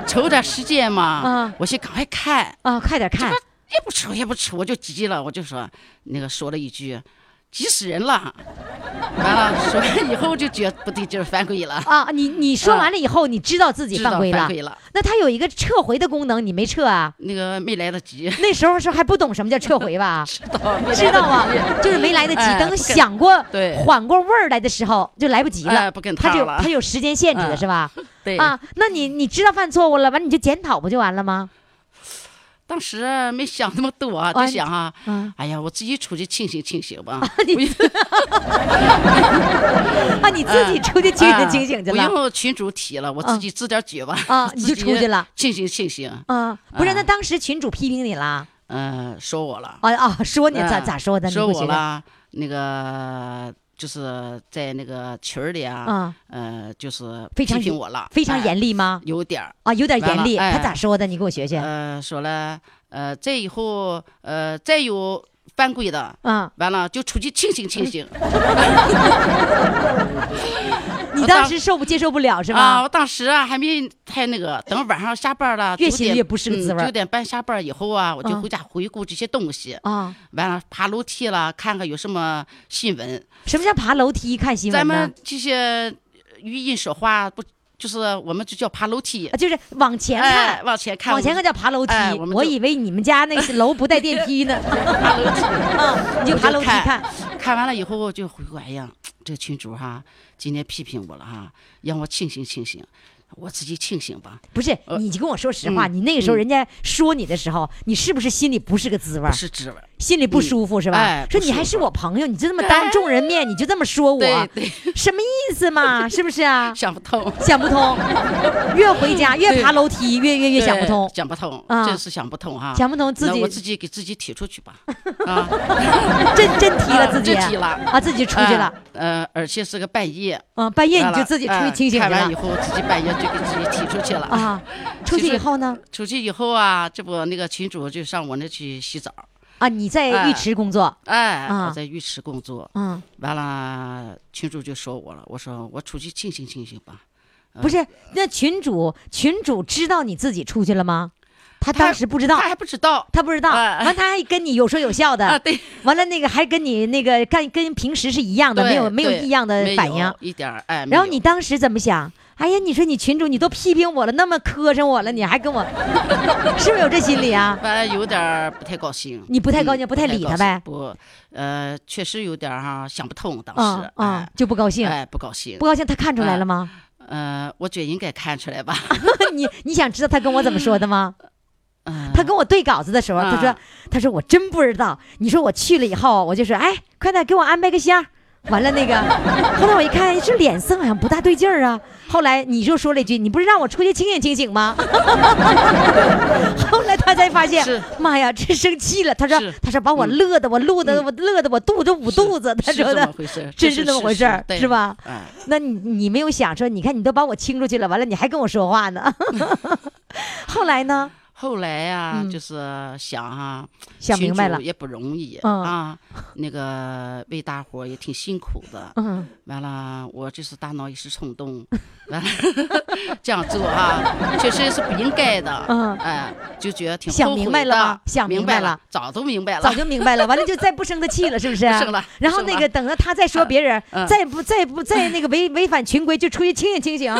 [SPEAKER 8] 瞅点时间嘛
[SPEAKER 3] 啊，
[SPEAKER 8] 我先赶快看，
[SPEAKER 3] 啊，快点看，
[SPEAKER 8] 也不瞅也不瞅，我就急了，我就说那个说了一句，急死人了。完了，说完以后就觉得不对劲儿，犯规了，
[SPEAKER 3] 啊，你你说完了以后，你知道自己
[SPEAKER 8] 知
[SPEAKER 3] 犯
[SPEAKER 8] 道
[SPEAKER 3] 规
[SPEAKER 8] 犯
[SPEAKER 3] 了，
[SPEAKER 8] 规了。
[SPEAKER 3] 那它有一个撤回的功能，你没撤啊？
[SPEAKER 8] 那个没来得及，
[SPEAKER 3] 那时候是还不懂什么叫撤 回吧？知道啊，就是没来得及。
[SPEAKER 8] 哎
[SPEAKER 3] 等
[SPEAKER 8] 不跟
[SPEAKER 3] 想过、
[SPEAKER 8] 对
[SPEAKER 3] 缓过味儿来的时候，就来不及了。
[SPEAKER 8] 哎不跟
[SPEAKER 3] 他
[SPEAKER 8] 他
[SPEAKER 3] 就
[SPEAKER 8] 了
[SPEAKER 3] 他有时间限制的
[SPEAKER 8] 嗯
[SPEAKER 3] 是吧？
[SPEAKER 8] 对
[SPEAKER 3] 啊，那你你知道犯错误了，完你就检讨不就完了吗？
[SPEAKER 8] 当时没想那么多啊，
[SPEAKER 3] 啊
[SPEAKER 8] 就想啊
[SPEAKER 3] 嗯，
[SPEAKER 8] 哎呀，我自己出去清醒清醒 吧。
[SPEAKER 3] 啊，你自己出去清醒清醒去
[SPEAKER 8] 哎不
[SPEAKER 3] 了。
[SPEAKER 8] 用群主提了，我自己自点酒吧。
[SPEAKER 3] 嗯啊你就
[SPEAKER 8] 自己
[SPEAKER 3] 出去了
[SPEAKER 8] 清醒清醒。
[SPEAKER 3] 啊，不是，
[SPEAKER 8] 啊
[SPEAKER 3] 那当时群主批评你了
[SPEAKER 8] 嗯，说我了。
[SPEAKER 3] 啊啊，说你咋
[SPEAKER 8] 哎
[SPEAKER 3] 咋说的？你
[SPEAKER 8] 说
[SPEAKER 3] 不啊
[SPEAKER 8] 我
[SPEAKER 3] 觉得？
[SPEAKER 8] 了，那个就是在那个群儿里啊，
[SPEAKER 3] 啊，
[SPEAKER 8] 呃，就是
[SPEAKER 3] 非常
[SPEAKER 8] 批评
[SPEAKER 3] 严
[SPEAKER 8] 我了，
[SPEAKER 3] 非常
[SPEAKER 8] 哎
[SPEAKER 3] 严厉吗？
[SPEAKER 8] 有点儿。
[SPEAKER 3] 啊，有点
[SPEAKER 8] 完
[SPEAKER 3] 严
[SPEAKER 8] 了
[SPEAKER 3] 厉，
[SPEAKER 8] 哎
[SPEAKER 3] 他咋说的？你给我学学。
[SPEAKER 8] 呃，说了，呃，这以后呃再有犯规的，
[SPEAKER 3] 啊，
[SPEAKER 8] 完了就出去清醒清醒。
[SPEAKER 3] 嗯你
[SPEAKER 8] 我
[SPEAKER 3] 当
[SPEAKER 8] 当
[SPEAKER 3] 时受不接受不了是
[SPEAKER 8] 啊，
[SPEAKER 3] 吧？
[SPEAKER 8] 我当时啊还没太那个，等晚上下班了，
[SPEAKER 3] 越
[SPEAKER 8] 9
[SPEAKER 3] 寻
[SPEAKER 8] 点嗯
[SPEAKER 3] 越不是个滋味儿
[SPEAKER 8] 九、点半下班以后啊，我就
[SPEAKER 3] 嗯
[SPEAKER 8] 回家回顾这些东西，
[SPEAKER 3] 啊，
[SPEAKER 8] 完了爬楼梯了，看看有什么新闻。
[SPEAKER 3] 什么叫爬楼梯看新
[SPEAKER 8] 咱
[SPEAKER 3] 闻呢
[SPEAKER 8] 们？这些语音说话不就是我们就叫爬楼梯
[SPEAKER 3] 啊，？就是往前看
[SPEAKER 8] 哎，，往前看，
[SPEAKER 3] 往前看叫爬楼梯。
[SPEAKER 8] 哎我们就
[SPEAKER 3] 以为你们家那是楼不带电梯呢， 嗯
[SPEAKER 8] 爬楼梯。
[SPEAKER 3] 你就爬楼梯看。
[SPEAKER 8] 看完了以后，我就回过来哎呀，这个群主哈，今天批评我了哈，让我清醒清醒，我自己清醒吧。
[SPEAKER 3] 不是，
[SPEAKER 8] 呃
[SPEAKER 3] 你就跟我说实话，
[SPEAKER 8] 嗯
[SPEAKER 3] 你那个时候人家说你的时候，你是不是心里不是个滋味
[SPEAKER 8] 不
[SPEAKER 3] 儿？
[SPEAKER 8] 是滋味儿，
[SPEAKER 3] 心里不舒服是吧
[SPEAKER 8] 哎？
[SPEAKER 3] 说
[SPEAKER 8] 不
[SPEAKER 3] 你还
[SPEAKER 8] 舒
[SPEAKER 3] 是我朋友，你就这么当众人面你就这么说我
[SPEAKER 8] 对，对，
[SPEAKER 3] 什么意思 嘛？是不是啊？
[SPEAKER 8] 想不 通。
[SPEAKER 3] 想不通，越回家越爬楼梯，越越越想不
[SPEAKER 8] 对
[SPEAKER 3] 通。
[SPEAKER 8] 想不通，
[SPEAKER 3] 啊
[SPEAKER 8] 真是想不通哈。
[SPEAKER 3] 想不通自
[SPEAKER 8] 那
[SPEAKER 3] 己
[SPEAKER 8] 我自己给自己踢出去吧。啊，
[SPEAKER 3] 真真踢了 自己，
[SPEAKER 8] 啊真踢了
[SPEAKER 3] 啊，自己出去了，
[SPEAKER 8] 呃，而且是个半夜，
[SPEAKER 3] 嗯，半夜你
[SPEAKER 8] 完
[SPEAKER 3] 就
[SPEAKER 8] 了
[SPEAKER 3] 自己出
[SPEAKER 8] 哎
[SPEAKER 3] 去清醒去
[SPEAKER 8] 看完以
[SPEAKER 3] 了
[SPEAKER 8] 后，自己半夜就给自己踢出去了。
[SPEAKER 3] 啊。出去以后呢？
[SPEAKER 8] 出去以后啊，这不那个群主就上我那去洗澡，
[SPEAKER 3] 啊，你在浴池工作，
[SPEAKER 8] 哎，
[SPEAKER 3] 啊
[SPEAKER 8] 我在浴池工作，
[SPEAKER 3] 嗯，
[SPEAKER 8] 完了群主就说我了，我说我出去清醒清醒吧。嗯
[SPEAKER 3] 不是，那群主群主知道你自己出去了吗？他当时不知道
[SPEAKER 8] 他，还不知道
[SPEAKER 3] 他不知道，
[SPEAKER 8] 哎
[SPEAKER 3] 完他还跟你有说有笑
[SPEAKER 8] 啊，
[SPEAKER 3] 的，
[SPEAKER 8] 对，
[SPEAKER 3] 完了那个还跟你那个干跟平时是一样的，
[SPEAKER 8] 对
[SPEAKER 3] 没有没有
[SPEAKER 8] 对
[SPEAKER 3] 异样的
[SPEAKER 8] 没
[SPEAKER 3] 反
[SPEAKER 8] 有
[SPEAKER 3] 应。
[SPEAKER 8] 一点儿哎。没
[SPEAKER 3] 然后
[SPEAKER 8] 有
[SPEAKER 3] 你当时怎么想？哎呀，你说你群主你都批评我了，那么磕碜我了，你还 跟我，是不是有这心理啊？
[SPEAKER 8] 完了有点儿不太高兴，
[SPEAKER 3] 你不太高兴
[SPEAKER 8] 嗯
[SPEAKER 3] 不太理他
[SPEAKER 8] 高
[SPEAKER 3] 呗
[SPEAKER 8] 兴不，呃，确实有点儿哈想不通，当
[SPEAKER 3] 啊
[SPEAKER 8] 时
[SPEAKER 3] 啊，就不高兴
[SPEAKER 8] 哎，哎不高兴
[SPEAKER 3] 不，高兴，他看出来了吗？
[SPEAKER 8] 呃，我觉得应该看出 来吧，哎
[SPEAKER 3] 你你想知道他跟我怎么说的吗？
[SPEAKER 8] 嗯
[SPEAKER 3] 他跟我对稿子的时候，他说
[SPEAKER 8] 啊：“
[SPEAKER 3] 他说我真不知道。你说我去了以后，我就说，哎，快点给我安排个箱。完了那个，后来我一看，哎这脸色好像不大对劲儿啊。后来你就说了一句：‘你不是让我出去清醒清醒吗？’ 后来他才发现
[SPEAKER 8] 是，
[SPEAKER 3] 妈呀，真生气了。他说
[SPEAKER 8] 是：‘
[SPEAKER 3] 他说把我
[SPEAKER 8] 嗯
[SPEAKER 3] 乐的，我乐的，我乐的，我肚子捂肚子。’ 他
[SPEAKER 8] 是
[SPEAKER 3] 说
[SPEAKER 8] 这
[SPEAKER 3] 的
[SPEAKER 8] 么，回事儿，
[SPEAKER 3] 真是那么回事儿，
[SPEAKER 8] 对
[SPEAKER 3] 是？吧？
[SPEAKER 8] 哎，
[SPEAKER 3] 那你你没有想说，你看你都把我清出去了，完了你还跟我说话呢。 后来呢，
[SPEAKER 8] 后来呀
[SPEAKER 3] 嗯，
[SPEAKER 8] 就是想哈，
[SPEAKER 3] 想
[SPEAKER 8] 群
[SPEAKER 3] 明白
[SPEAKER 8] 主
[SPEAKER 3] 了，
[SPEAKER 8] 也不容易
[SPEAKER 3] 嗯
[SPEAKER 8] 啊，那个为大伙儿也挺辛苦的。
[SPEAKER 3] 嗯，
[SPEAKER 8] 完了，我就是大脑一时冲动， 完了这样做 啊，确实是不应该的。
[SPEAKER 3] 嗯
[SPEAKER 8] 哎，就觉得挺
[SPEAKER 3] 想
[SPEAKER 8] 后悔
[SPEAKER 3] 明白了
[SPEAKER 8] 的
[SPEAKER 3] 吗想明
[SPEAKER 8] 明
[SPEAKER 3] 白了
[SPEAKER 8] 了，早都明白了，
[SPEAKER 3] 早就明白了，完了就再不生他气了，是不是？啊
[SPEAKER 8] 不生了
[SPEAKER 3] 然后
[SPEAKER 8] 不生
[SPEAKER 3] 那个
[SPEAKER 8] 了
[SPEAKER 3] 等着他再说别人，
[SPEAKER 8] 嗯
[SPEAKER 3] 再不再不再那个违违反群规，就出去清醒 清醒，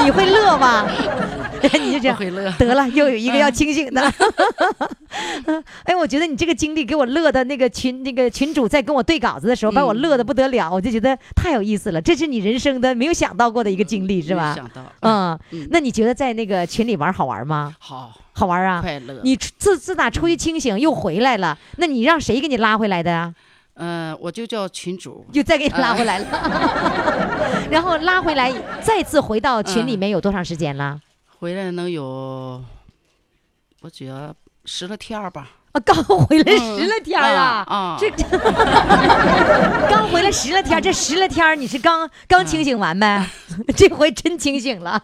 [SPEAKER 3] 你会乐吗？你就这样
[SPEAKER 8] 不。会乐。
[SPEAKER 3] 得了，又有一个要清醒的。
[SPEAKER 8] 嗯
[SPEAKER 3] 哎，我觉得你这个经历给我乐的，那个群那个群主在跟我对稿子的
[SPEAKER 8] 嗯
[SPEAKER 3] 时候，把我乐的不得了，我就觉得太有意思了。这是你人生的没有想到过的一个经历，是
[SPEAKER 8] 没
[SPEAKER 3] 吧？
[SPEAKER 8] 想到，嗯，
[SPEAKER 3] 嗯，那你觉得在那个群里玩好玩吗？
[SPEAKER 8] 好
[SPEAKER 3] 好玩啊！
[SPEAKER 8] 快乐。
[SPEAKER 3] 你出自自打出去清醒又回来了，那你让谁给你拉回来的啊？
[SPEAKER 8] 呃，我就叫群主，
[SPEAKER 3] 又再给你拉回来
[SPEAKER 8] 嗯
[SPEAKER 3] 了， 然后拉回来，再次回到群里面有多长时间
[SPEAKER 8] 嗯
[SPEAKER 3] 了？
[SPEAKER 8] 回来能有，我觉得十来天儿吧。
[SPEAKER 3] 啊，刚回来十来天儿啊！
[SPEAKER 8] 嗯啊
[SPEAKER 3] 这刚回来十来天儿，这十来天儿你是
[SPEAKER 8] 嗯
[SPEAKER 3] 刚刚清醒 完呗？这回真清醒了，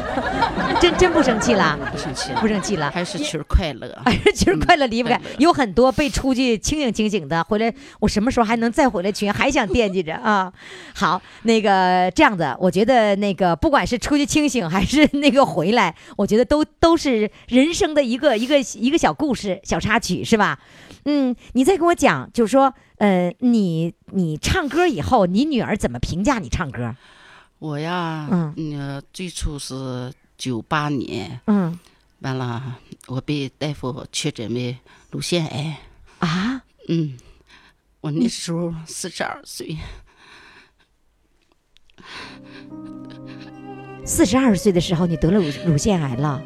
[SPEAKER 3] 真真不生气了，
[SPEAKER 8] 不生气
[SPEAKER 3] 不
[SPEAKER 8] 了，
[SPEAKER 3] 生气了。
[SPEAKER 8] 还是群儿快乐。
[SPEAKER 3] 哎，其实快乐离不开
[SPEAKER 8] 嗯快乐，
[SPEAKER 3] 有很多被出去清醒清醒的，回来我什么时候还能再回来群，还想惦记着啊。好，那个这样子，我觉得那个不管是出去清醒还是那个回来，我觉得都都是人生的一个一个一个小故事、小插曲，是吧？嗯，你再跟我讲，就是说，呃，你你唱歌以后，你女儿怎么评价你唱歌？
[SPEAKER 8] 我呀，
[SPEAKER 3] 嗯
[SPEAKER 8] 嗯，呃最初是九八年，
[SPEAKER 3] 嗯
[SPEAKER 8] 完了我被大夫确诊为乳腺癌。
[SPEAKER 3] 啊，
[SPEAKER 8] 嗯，我那时候四十二岁，
[SPEAKER 3] 四十二岁的时候你得了乳乳腺癌了，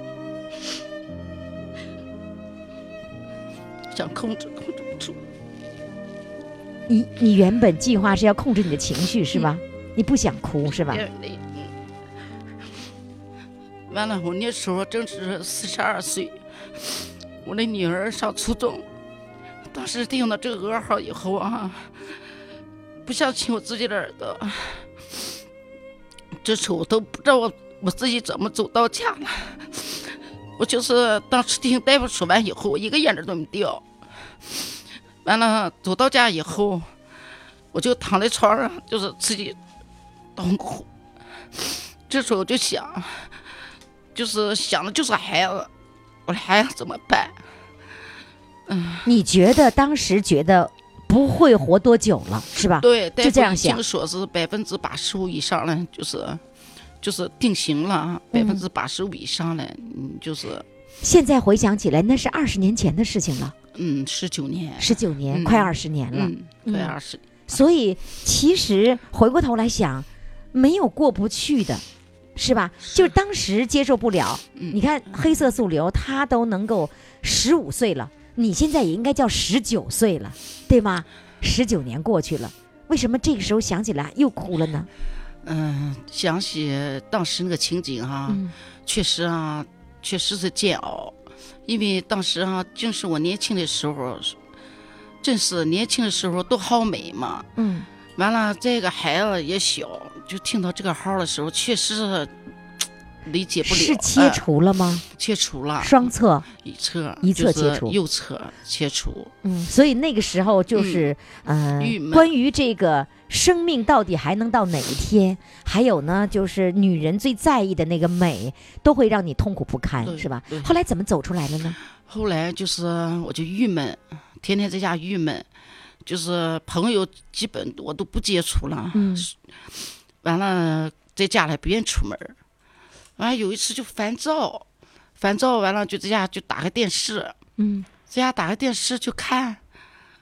[SPEAKER 8] 想控制控制不住。
[SPEAKER 3] 你你原本计划是要控制你的情绪是吧？
[SPEAKER 8] 嗯
[SPEAKER 3] 你不想哭是吧？
[SPEAKER 8] 眼泪。嗯完了，我那时候正是四十二岁，我的女儿上初中，当时听到这个噩耗以后啊，不相信我自己的耳朵，这时候我都不知道我我自己怎么走到家了。我就是当时听大夫说完以后，我一个眼泪都没掉。完了，走到家以后，我就躺在床上，就是自己痛苦。这时候我就想，就是想的就是孩子，我的孩子怎么办？
[SPEAKER 3] 你觉得当时觉得不会活多久了是吧？
[SPEAKER 8] 对，大夫
[SPEAKER 3] 啊这样
[SPEAKER 8] 已经
[SPEAKER 3] 想
[SPEAKER 8] 说是百分之八十五以上了，就是就是定型了，啊百
[SPEAKER 3] 嗯
[SPEAKER 8] 分之八十五以上了，嗯，就是
[SPEAKER 3] 现在回想起来，那是二十年前的事情了，
[SPEAKER 8] 嗯，十九年，
[SPEAKER 3] 十九年，
[SPEAKER 8] 嗯
[SPEAKER 3] 快二十年了。
[SPEAKER 8] 嗯，快二十，
[SPEAKER 3] 所以其实回过头来想，没有过不去的，是吧？就是当时接受不了。
[SPEAKER 8] 嗯
[SPEAKER 3] 你看黑色素瘤，它都能够十五岁了，你现在也应该叫十九岁了，对吗？十九年过去了，为什么这个时候想起来又哭了呢？
[SPEAKER 8] 嗯，想起当时那个情景哈、
[SPEAKER 3] 嗯
[SPEAKER 8] 确实啊，确实是煎熬，因为当时啊，正是我年轻的时候，正是年轻的时候都好美嘛。
[SPEAKER 3] 嗯，
[SPEAKER 8] 完了，这个孩子也小，就听到这个号的时候，确实是理解不了。啊
[SPEAKER 3] 是切
[SPEAKER 8] 呃
[SPEAKER 3] 除了吗？
[SPEAKER 8] 切除了，
[SPEAKER 3] 双侧。
[SPEAKER 8] 一侧
[SPEAKER 3] 一侧
[SPEAKER 8] 就是
[SPEAKER 3] 切除
[SPEAKER 8] 右侧切除。
[SPEAKER 3] 嗯，所以那个时候就是，呃
[SPEAKER 8] 嗯郁，闷
[SPEAKER 3] 关于这个生命到底还能到哪一天，还有呢，就是女人最在意的那个美，都会让你痛苦不堪，
[SPEAKER 8] 对
[SPEAKER 3] 是吧
[SPEAKER 8] 对？
[SPEAKER 3] 后来怎么走出来了呢？
[SPEAKER 8] 后来就是我就郁闷，天天在家郁闷，就是朋友基本我都不接触了。
[SPEAKER 3] 嗯
[SPEAKER 8] 完了在家里不愿出门儿，完了有一次就烦躁，烦躁完了就在家就打开电视，
[SPEAKER 3] 嗯
[SPEAKER 8] 在家打开电视就看，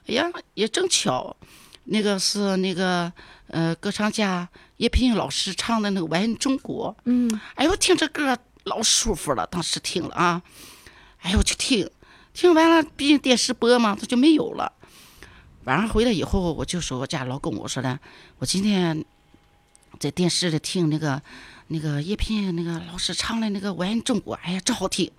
[SPEAKER 8] 哎呀也正巧，那个是那个呃歌唱家叶聘老师唱的那个《玩中国》，
[SPEAKER 3] 嗯
[SPEAKER 8] 哎呦听这歌老舒服了，当时听了啊，哎呦我去听，听完了毕竟电视播嘛，它就没有了。晚上回来以后，我就说我家老公，我说的，我今天在电视里听那个那个叶聘那个老师唱的那个《我爱中国》，哎呀，真好听。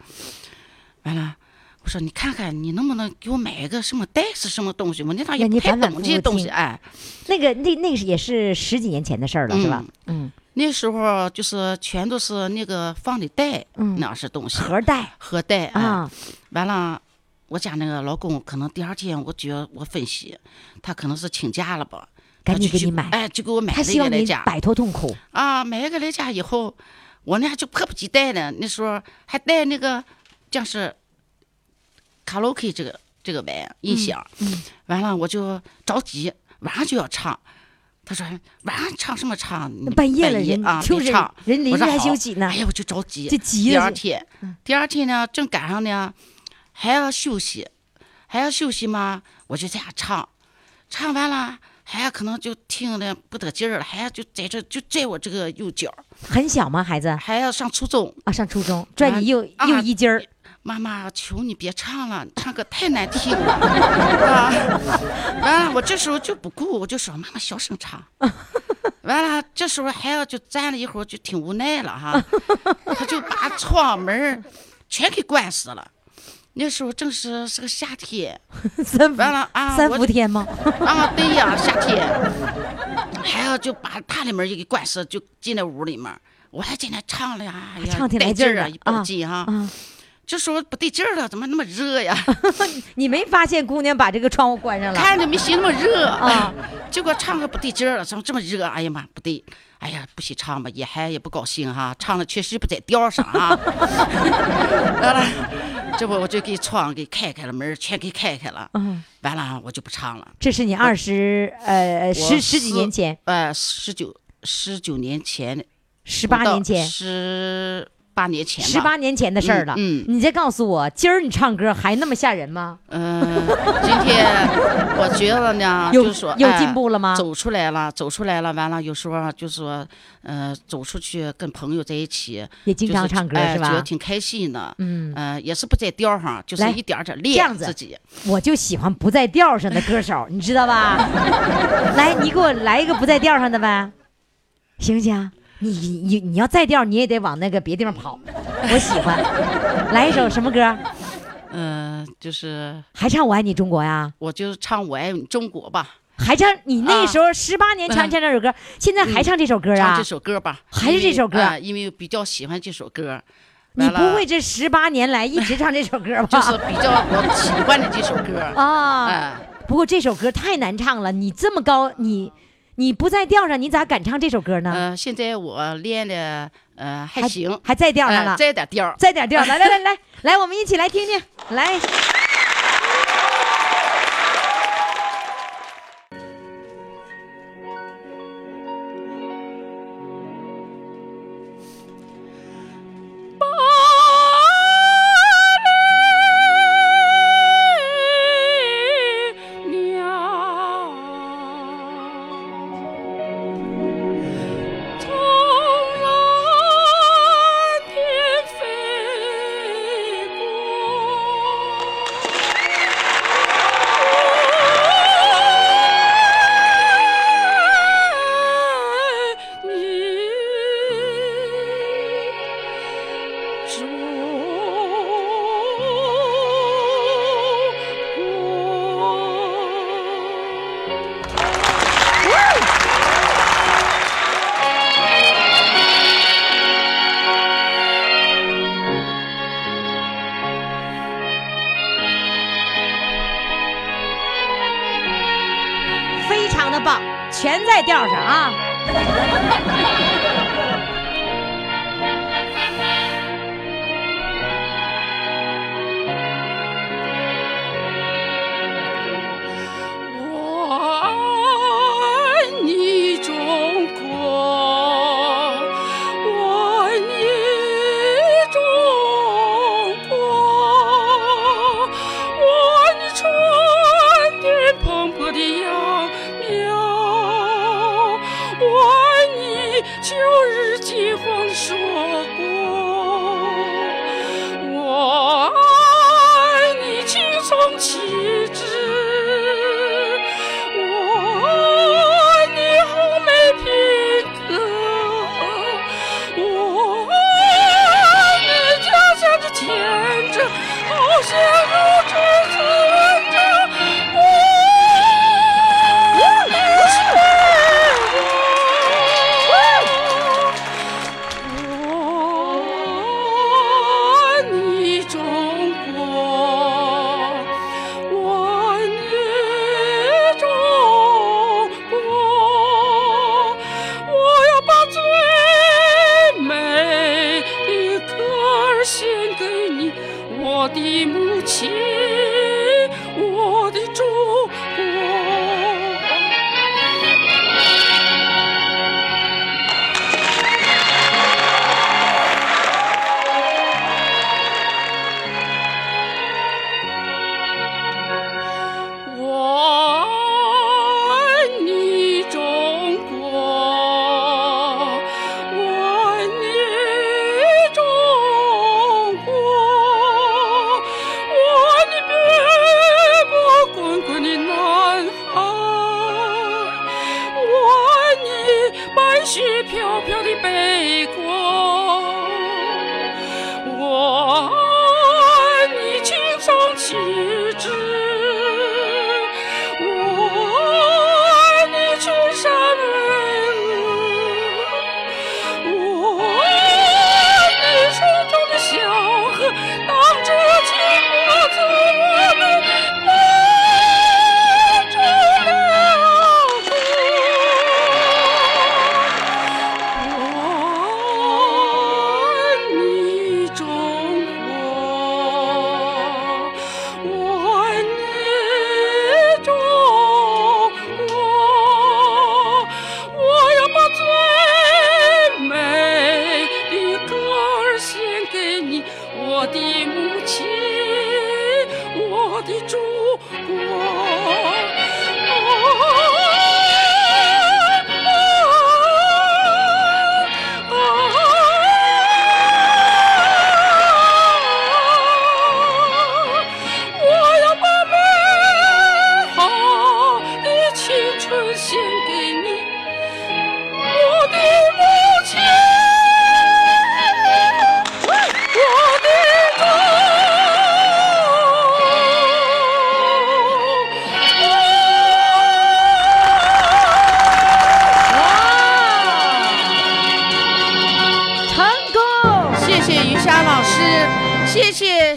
[SPEAKER 8] 完了，我说你看看，你能不能给我买一个什么带是什么东西？我那趟也
[SPEAKER 3] 让你
[SPEAKER 8] 不太
[SPEAKER 3] 反反
[SPEAKER 8] 懂
[SPEAKER 3] 复
[SPEAKER 8] 这些
[SPEAKER 3] 复
[SPEAKER 8] 东西，
[SPEAKER 3] 听
[SPEAKER 8] 哎。
[SPEAKER 3] 那个那那是也是十几年前的事儿了，是吧？嗯
[SPEAKER 8] 那时候就是全都是那个放的带，
[SPEAKER 3] 嗯
[SPEAKER 8] 那是东西
[SPEAKER 3] 盒带
[SPEAKER 8] 盒带哎
[SPEAKER 3] 啊，
[SPEAKER 8] 完了，我家那个老公可能第二天，我觉得我分析，他可能是请假了吧，
[SPEAKER 3] 赶紧
[SPEAKER 8] 他就
[SPEAKER 3] 给
[SPEAKER 8] 去
[SPEAKER 3] 你买
[SPEAKER 8] 哎，就给我买
[SPEAKER 3] 他
[SPEAKER 8] 了一
[SPEAKER 3] 希
[SPEAKER 8] 个
[SPEAKER 3] 望
[SPEAKER 8] 来
[SPEAKER 3] 你
[SPEAKER 8] 家
[SPEAKER 3] 摆脱痛苦。
[SPEAKER 8] 啊，买一个来家以后，我呢就迫不及待呢，那时候还带那个像是卡拉 OK 这个这个玩
[SPEAKER 3] 嗯
[SPEAKER 8] 意音响，完了我就着急，晚上就要唱。他说晚上唱什么唱？你
[SPEAKER 3] 半夜了
[SPEAKER 8] 半夜
[SPEAKER 3] 人
[SPEAKER 8] 啊，
[SPEAKER 3] 就
[SPEAKER 8] 别
[SPEAKER 3] 人
[SPEAKER 8] 唱
[SPEAKER 3] 人临
[SPEAKER 8] 我说
[SPEAKER 3] 时还
[SPEAKER 8] 好
[SPEAKER 3] 休息呢
[SPEAKER 8] 哎呀，我就着急，
[SPEAKER 3] 就急了
[SPEAKER 8] 第
[SPEAKER 3] 就嗯
[SPEAKER 8] 二天，第二天呢，正赶上呢，还要休息，还要休息嘛，我就在家唱，唱完了，还可能就听的不得劲儿了，还就在这就拽我这个右脚，
[SPEAKER 3] 很小吗，孩子？
[SPEAKER 8] 还要上初中，
[SPEAKER 3] 啊，上初中拽你右
[SPEAKER 8] 啊
[SPEAKER 3] 右衣襟儿，
[SPEAKER 8] 妈妈，求你别唱了，唱歌太难 听了啊！啊，我这时候就不顾，我就说妈妈小声唱。 完了，这时候孩子就站了一会儿，就挺无奈了哈，他就把窗门全给关死了。那时候正是是个夏天，
[SPEAKER 3] 三伏
[SPEAKER 8] 完了啊，
[SPEAKER 3] 三
[SPEAKER 8] 我
[SPEAKER 3] 伏天吗？
[SPEAKER 8] 啊，对呀，夏天，孩子就把大里门就给关死，就进那屋里面。我还在那唱了呀，哎呀
[SPEAKER 3] 唱挺来
[SPEAKER 8] 带劲
[SPEAKER 3] 劲儿
[SPEAKER 8] 儿啊，
[SPEAKER 3] 的
[SPEAKER 8] 一蹦劲哈。
[SPEAKER 3] 啊，
[SPEAKER 8] 这时候不对劲儿了，怎么那么热呀？
[SPEAKER 3] 你没发现姑娘把这个窗户关上 了？
[SPEAKER 8] 看着没寻那么热
[SPEAKER 3] 啊，
[SPEAKER 8] 结果唱个不对劲儿了，怎么这么热？哎呀妈，不对，哎呀，不许唱吧，也还也不高兴哈、唱的确实不在调上啊。 完了，这不我就给窗给开开了，门儿全给开开了。
[SPEAKER 3] 嗯，
[SPEAKER 8] 完了，我就不唱了。
[SPEAKER 3] 这是你二十
[SPEAKER 8] 啊
[SPEAKER 3] 呃
[SPEAKER 8] 我
[SPEAKER 3] 十十几年前，，
[SPEAKER 8] 呃，十九十九年前，
[SPEAKER 3] 十八年前，
[SPEAKER 8] 十八年前吧，
[SPEAKER 3] 十八年前的事儿了。
[SPEAKER 8] 嗯
[SPEAKER 3] 你再告诉我，今儿你唱歌还那么吓人吗？
[SPEAKER 8] 嗯，今天我觉得 呢，
[SPEAKER 3] 有
[SPEAKER 8] 就是说
[SPEAKER 3] 有
[SPEAKER 8] 哎
[SPEAKER 3] 进步了吗
[SPEAKER 8] 走出来了，走出来了，完了有时候啊就说，呃，走出去跟朋友在一起，
[SPEAKER 3] 也经常
[SPEAKER 8] 就是
[SPEAKER 3] 唱歌
[SPEAKER 8] 哎
[SPEAKER 3] 是吧
[SPEAKER 8] 觉得挺开心的，
[SPEAKER 3] 嗯
[SPEAKER 8] 呃，也是不在调上，就是
[SPEAKER 3] 来
[SPEAKER 8] 一点儿点儿
[SPEAKER 3] 这样
[SPEAKER 8] 练
[SPEAKER 3] 子
[SPEAKER 8] 自己。
[SPEAKER 3] 我就喜欢不在调上的歌手，你知道吧？ 来，你给我来一个不在调上的呗，行不行啊？你你你要在调，你也得往那个别地方跑。我喜欢，来一首什么歌？
[SPEAKER 8] 嗯、就是
[SPEAKER 3] 还唱《我爱你中国》呀？
[SPEAKER 8] 我就唱《我爱你中国》吧，
[SPEAKER 3] 还唱你那
[SPEAKER 8] 啊
[SPEAKER 3] 时候十八年前
[SPEAKER 8] 嗯
[SPEAKER 3] 唱这首歌，现在还唱这首歌
[SPEAKER 8] 唱
[SPEAKER 3] 啊
[SPEAKER 8] 这？首歌吧，
[SPEAKER 3] 还是
[SPEAKER 8] 因为
[SPEAKER 3] 这首歌
[SPEAKER 8] 啊因为比较喜欢这首歌。
[SPEAKER 3] 你
[SPEAKER 8] 完了
[SPEAKER 3] 不会这十八年来一直唱这首歌吧？
[SPEAKER 8] 就是比较我喜欢的这首歌
[SPEAKER 3] 啊
[SPEAKER 8] 哎
[SPEAKER 3] 不过这首歌太难唱了，你这么高，你你不在调上，你咋敢唱这首歌呢？
[SPEAKER 8] 呃，现在我练的呃还行，
[SPEAKER 3] 嗯还在调上
[SPEAKER 8] 哎
[SPEAKER 3] 了，
[SPEAKER 8] 再点调儿。
[SPEAKER 3] 再点调，来来来来 来，我们一起来听听，来。非常的棒，全在调上啊！
[SPEAKER 8] 我爱你中国，我爱你中国，我爱你春天蓬勃的秧苗，我爱你秋日金黄的硕果，我爱你青松气质。我爱你红梅品格，我爱你家乡的天真，好像如春似温着我我爱你中国。我爱你中国，我要把最美的歌儿献给你，我的母亲。
[SPEAKER 9] 我的母亲，我的祖国。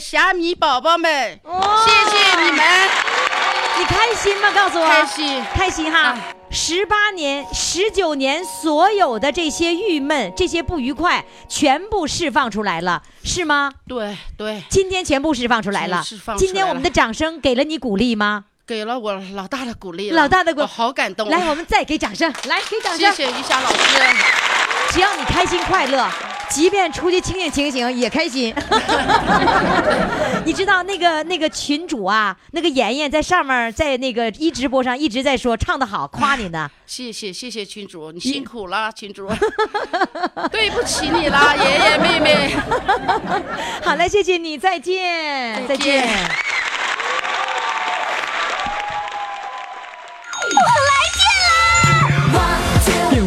[SPEAKER 8] 虾米宝宝们，哦、谢谢你们！
[SPEAKER 3] 你开心吗？告诉我，
[SPEAKER 8] 开心，
[SPEAKER 3] 开心哈！十八、啊、年、十九年，所有的这些郁闷、这些不愉快，全部释放出来了，是吗？
[SPEAKER 8] 对对，对
[SPEAKER 3] 今天全部释放出来了。
[SPEAKER 8] 释放
[SPEAKER 3] 今天我们的掌声给了你鼓励吗？
[SPEAKER 8] 给了我老大的鼓励，
[SPEAKER 3] 老大的鼓，
[SPEAKER 8] 我好感动。啊
[SPEAKER 3] 来，我们再给掌声，来给掌声！
[SPEAKER 8] 谢谢于霞老师，
[SPEAKER 3] 只要你开心快 乐。即便出去清醒清醒也开 心，你知道那个那个群主啊，那个妍妍在上面，在那个一直播上一直在说唱的好，夸你 呢。
[SPEAKER 8] 谢谢谢谢群主，你辛苦了，群主，对不起你了，妍妍妹妹。
[SPEAKER 3] 好嘞，谢谢你，再见，
[SPEAKER 8] 再见。
[SPEAKER 1] 电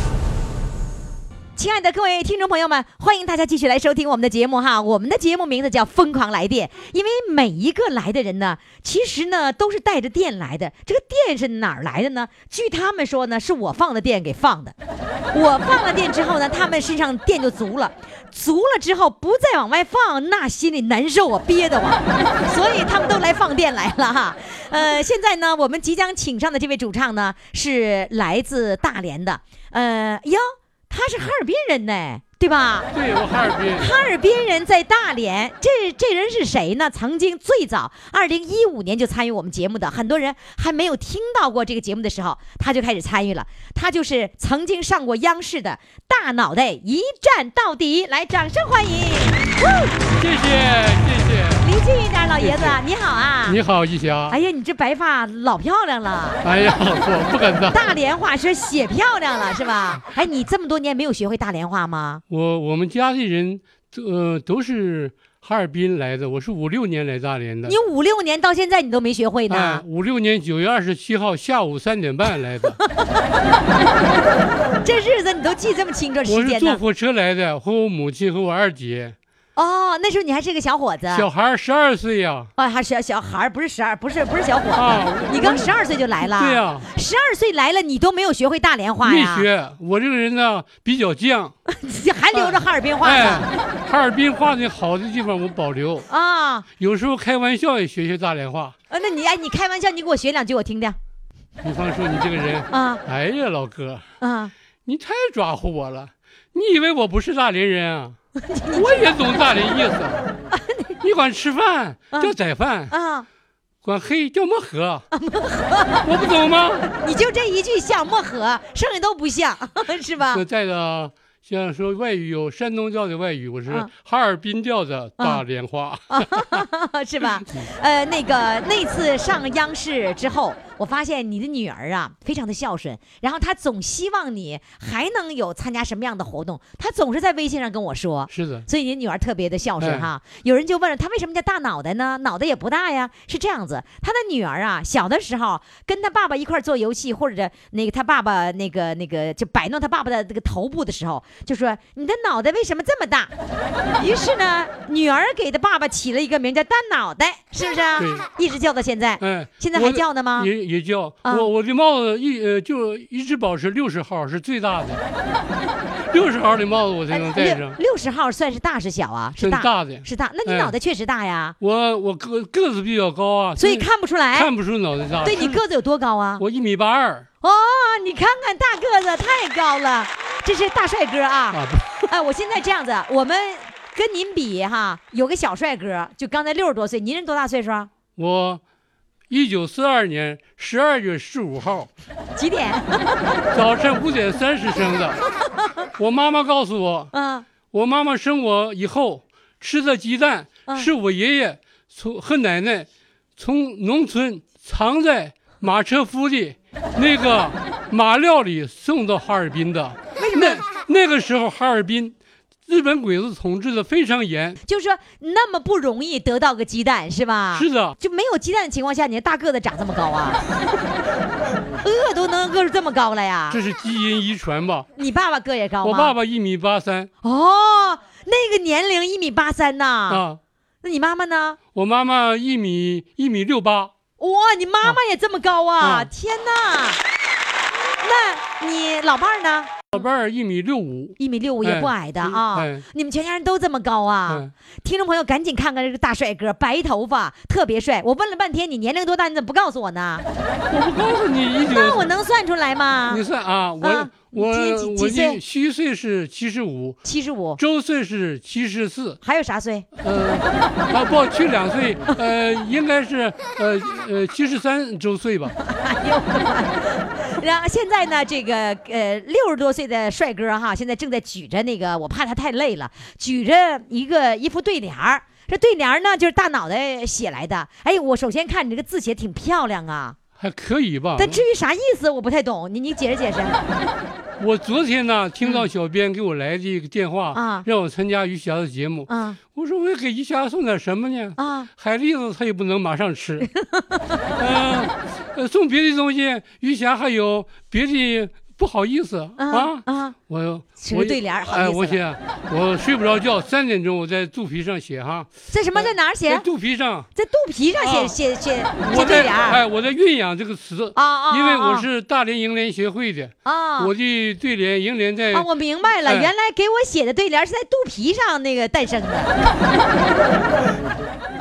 [SPEAKER 3] 亲爱的各位听众朋友们，欢迎大家继续来收听我们的节目哈。我们的节目名字叫《疯狂来电》，因为每一个来的人呢，其实呢都是带着电来的。这个电是哪儿来的呢？据他们说呢，是我放的电给放的。 我放了电之后呢，他们身上电就足了，足了之后不再往外放，那心里难受啊，憋得我。 所以他们都来放电来了哈。呃，现在呢，我们即将请上的这位主唱呢，是来自大连的。呃哟。他是哈尔滨人呢，对吧？
[SPEAKER 10] 对，我哈尔滨。
[SPEAKER 3] 哈尔滨人在大连，这这人是谁呢？曾经最早，二零一五年就参与我们节目的，很多人还没有听到过这个节目的时候，他就开始参与了。他就是曾经上过央视的《大脑袋一站到底》，来，掌声欢迎！
[SPEAKER 10] 谢谢，谢谢。
[SPEAKER 3] 离近一点，老爷子，你好啊！
[SPEAKER 10] 你好，一霞。
[SPEAKER 3] 哎呀，你这白发老漂亮了。
[SPEAKER 10] 哎呀，我不敢当。
[SPEAKER 3] 大连话说写漂亮了是吧？哎，你这么多年没有学会大连话吗？
[SPEAKER 10] 我我们家里人，呃，都是哈尔滨来的，我是五六年来大连的。
[SPEAKER 3] 你五六年到现在你都没学会呢？
[SPEAKER 10] 五六、哎、年九月二十七号下午三点半来的。
[SPEAKER 3] 这日子你都记这么清楚时
[SPEAKER 10] 间我是坐火车来的，和我母亲和我二姐。
[SPEAKER 3] 哦，那时候你还是个小伙子，
[SPEAKER 10] 小孩十二岁呀、
[SPEAKER 3] 啊！啊、哦，还小小孩不是十二，不是不是小伙子，啊、你刚十二岁就来了。
[SPEAKER 10] 对呀、啊，
[SPEAKER 3] 十二岁来了，你都没有学会大连话
[SPEAKER 10] 呀？没学，我这个人呢比较犟，
[SPEAKER 3] 还留着哈尔滨话呢。哎
[SPEAKER 10] 哎、哈尔滨话的好的地方我保留啊，有时候开玩笑也学学大连话。
[SPEAKER 3] 啊，那你哎，你开玩笑，你给我学两句我听听。
[SPEAKER 10] 比方说你这个人啊，哎呀老哥啊，你太抓唬我了，你以为我不是大连人啊？我也懂大连意思，你管吃饭
[SPEAKER 3] 嗯
[SPEAKER 10] 叫宰饭啊，管黑叫漠河，我不懂吗？
[SPEAKER 3] 你就这一句像漠河，剩下都不像， 是吧？
[SPEAKER 10] 那再个像说外语有山东调的外语，我是
[SPEAKER 3] 嗯
[SPEAKER 10] 哈尔滨调的大连话，
[SPEAKER 3] 是吧？呃，那个那次上央视之后。我发现你的女儿啊，非常的孝顺，然后她总希望你还能有参加什么样的活动，她总是在微信上跟我说。
[SPEAKER 10] 是的，
[SPEAKER 3] 所以你女儿特别的孝顺哈。哎、有人就问了，她为什么叫大脑袋呢？脑袋也不大呀。是这样子，她的女儿啊，小的时候跟她爸爸一块做游戏，或者那个她爸爸那个那个就摆弄她爸爸的这个头部的时候，就说你的脑袋为什么这么大？于是呢，女儿给她爸爸起了一个名叫大脑袋，是不是啊？一直叫到现在。嗯、哎，现在还叫呢吗？
[SPEAKER 10] 也叫、嗯、我我的帽子一呃就一直保持六十号是最大的，六十号的帽子我才能戴上。
[SPEAKER 3] 六十号算是大是小啊？是
[SPEAKER 10] 大的，
[SPEAKER 3] 是大。那嗯你脑袋确实大呀。
[SPEAKER 10] 哎、我我个个子比较高啊，
[SPEAKER 3] 所以嗯看不出来，
[SPEAKER 10] 看不出脑袋大。
[SPEAKER 3] 对你个子有多高啊？
[SPEAKER 10] 我一米八二。
[SPEAKER 3] 哦，你看看大个子太高了，这是大帅哥啊！
[SPEAKER 10] 啊
[SPEAKER 3] 哎，我现在这样子，我们。跟您比哈，有个小帅哥，就刚才六十多岁，您是多大岁数啊？
[SPEAKER 10] 我一九四二年十二月十五号
[SPEAKER 3] 几点？
[SPEAKER 10] 早晨五点三十生的。我妈妈告诉我，
[SPEAKER 3] 嗯，
[SPEAKER 10] 我妈妈生我以后吃的鸡蛋
[SPEAKER 3] 嗯
[SPEAKER 10] 是我爷爷从和奶奶从农村藏在马车夫 的那个马料里送到哈尔滨的。那那个时候哈尔滨日本鬼子统治的非常严，
[SPEAKER 3] 就是说那么不容易得到个鸡蛋是吧？
[SPEAKER 10] 是的
[SPEAKER 3] 就没有鸡蛋的情况下，你这大个子长这么高啊？ 饿都能饿出这么高了呀？
[SPEAKER 10] 这是基因遗传吧？
[SPEAKER 3] 你爸爸个也高吗？
[SPEAKER 10] 我爸爸一米八三
[SPEAKER 3] 哦，那个年龄一米八三呐。
[SPEAKER 10] 啊，
[SPEAKER 3] 那你妈妈呢？
[SPEAKER 10] 我妈妈一米一米六八，
[SPEAKER 3] 哇，你妈妈也这么高啊！
[SPEAKER 10] 啊
[SPEAKER 3] 天哪！那你老伴儿呢？
[SPEAKER 10] 老伴儿一米六五。
[SPEAKER 3] 一米六五也不矮的啊、
[SPEAKER 10] 哎哎
[SPEAKER 3] 你们全家人都这么高啊、
[SPEAKER 10] 嗯
[SPEAKER 3] 听众朋友，赶紧看看这个大帅哥，白头发，特别帅。我问了半天，你年龄多大？你怎么不告诉我呢？
[SPEAKER 10] 我不告诉你一九，
[SPEAKER 3] 那我能算出来吗
[SPEAKER 10] 你？算啊，我、
[SPEAKER 3] 啊
[SPEAKER 10] 我
[SPEAKER 3] 你几几
[SPEAKER 10] 我
[SPEAKER 3] 岁
[SPEAKER 10] 的虚岁是七十五，
[SPEAKER 3] 七十五，
[SPEAKER 10] 周岁是七十四，
[SPEAKER 3] 还有啥岁？
[SPEAKER 10] 呃，啊不，去两岁，呃，应该是呃呃七十三周岁吧。
[SPEAKER 3] 然后现在呢，这个呃六十多岁的帅哥哈，现在正在举着那个，我怕他太累了，举着一个一副对联儿。这对联儿呢，就是大脑袋写来的。哎，我首先看你这个字写挺漂亮啊，
[SPEAKER 10] 还可以吧，
[SPEAKER 3] 但至于啥意思我不太懂，你你解释解释。
[SPEAKER 10] 啊我昨天呢听到小编给我来的一个电话，
[SPEAKER 3] 嗯啊
[SPEAKER 10] 让我参加余霞的节目，
[SPEAKER 3] 啊
[SPEAKER 10] 我说我要给余霞送点什么呢？
[SPEAKER 3] 啊，
[SPEAKER 10] 海蛎子她也不能马上吃，嗯、呃，送别的东西，余霞还有别的不好意思
[SPEAKER 3] 啊
[SPEAKER 10] 啊
[SPEAKER 3] 啊
[SPEAKER 10] 我
[SPEAKER 3] 吃
[SPEAKER 10] 我
[SPEAKER 3] 对联儿好意
[SPEAKER 10] 哎，
[SPEAKER 3] 思
[SPEAKER 10] 我
[SPEAKER 3] 了
[SPEAKER 10] 写，我睡不着觉，三点钟我在肚皮上写哈，
[SPEAKER 3] 在什么在哪儿写
[SPEAKER 10] 在？肚皮上，
[SPEAKER 3] 在肚皮上写
[SPEAKER 10] 啊
[SPEAKER 3] 写写
[SPEAKER 10] 我
[SPEAKER 3] 写对
[SPEAKER 10] 在
[SPEAKER 3] 联
[SPEAKER 10] 哎，
[SPEAKER 3] 儿
[SPEAKER 10] 我在酝酿这个词
[SPEAKER 3] 啊啊啊
[SPEAKER 10] 因为我
[SPEAKER 3] 啊
[SPEAKER 10] 是大连楹联协会的，
[SPEAKER 3] 啊
[SPEAKER 10] 我的对联楹联在
[SPEAKER 3] 啊！我明白了，
[SPEAKER 10] 哎
[SPEAKER 3] 原来给我写的对联是在肚皮上那个诞生的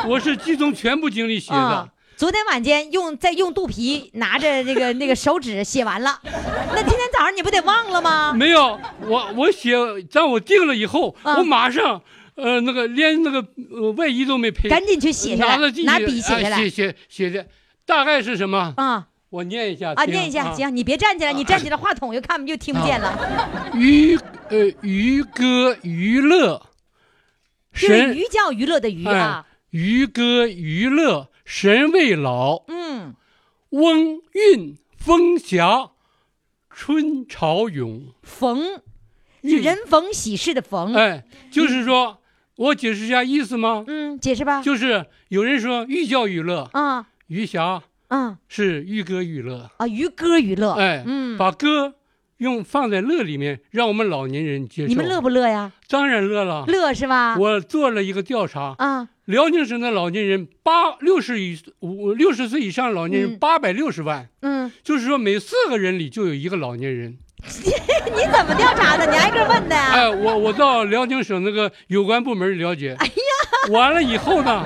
[SPEAKER 10] 我是集中全部精力写的
[SPEAKER 3] 啊。。昨天晚间用再用肚皮拿着那个那个手指写完 了，那今天早上你不得忘了吗？
[SPEAKER 10] 没有，我我写，但我定了以后，
[SPEAKER 3] 啊
[SPEAKER 10] 我马上，呃，那个连那个呃外衣都没披，
[SPEAKER 3] 赶紧去写下来
[SPEAKER 10] 拿着自己
[SPEAKER 3] 拿笔写下来
[SPEAKER 10] 哎写写写的，大概是什么？
[SPEAKER 3] 啊
[SPEAKER 10] 我念一下
[SPEAKER 3] 啊！念一下，。行，你别站
[SPEAKER 10] 啊
[SPEAKER 3] 起来，你站起来话筒又看不又听不见了，
[SPEAKER 10] 娱呃娱歌娱乐，
[SPEAKER 3] 就是
[SPEAKER 10] 神
[SPEAKER 3] 娱叫娱乐的娱啊。
[SPEAKER 10] 哎娱歌娱乐神未老，
[SPEAKER 3] 嗯，
[SPEAKER 10] 翁韵风霞，春潮涌。
[SPEAKER 3] 逢是人逢喜事的逢。
[SPEAKER 10] 哎，就是说，我解释一下意思吗？
[SPEAKER 3] 嗯，解释吧。
[SPEAKER 10] 就是有人说寓教于乐，
[SPEAKER 3] 啊
[SPEAKER 10] 余霞
[SPEAKER 3] 啊
[SPEAKER 10] 是寓歌于乐，
[SPEAKER 3] 啊！娱歌娱乐。
[SPEAKER 10] 哎，
[SPEAKER 3] 嗯，
[SPEAKER 10] 把歌用放在乐里面，让我们老年人接受。
[SPEAKER 3] 你们乐？不乐呀？
[SPEAKER 10] 当然乐了。
[SPEAKER 3] 乐啊是吧？
[SPEAKER 10] 我做了一个调查，
[SPEAKER 3] 啊，
[SPEAKER 10] 辽宁省的老年人八六十以五六十岁以上老年
[SPEAKER 3] 嗯
[SPEAKER 10] 人八百六十万，
[SPEAKER 3] 嗯，
[SPEAKER 10] 就是说每四个人里就有一个老年人。
[SPEAKER 3] 你怎么调查的？你挨个问的呀？
[SPEAKER 10] 哎，我我到辽宁省那个有关部门了解。哎呀，完了以后呢，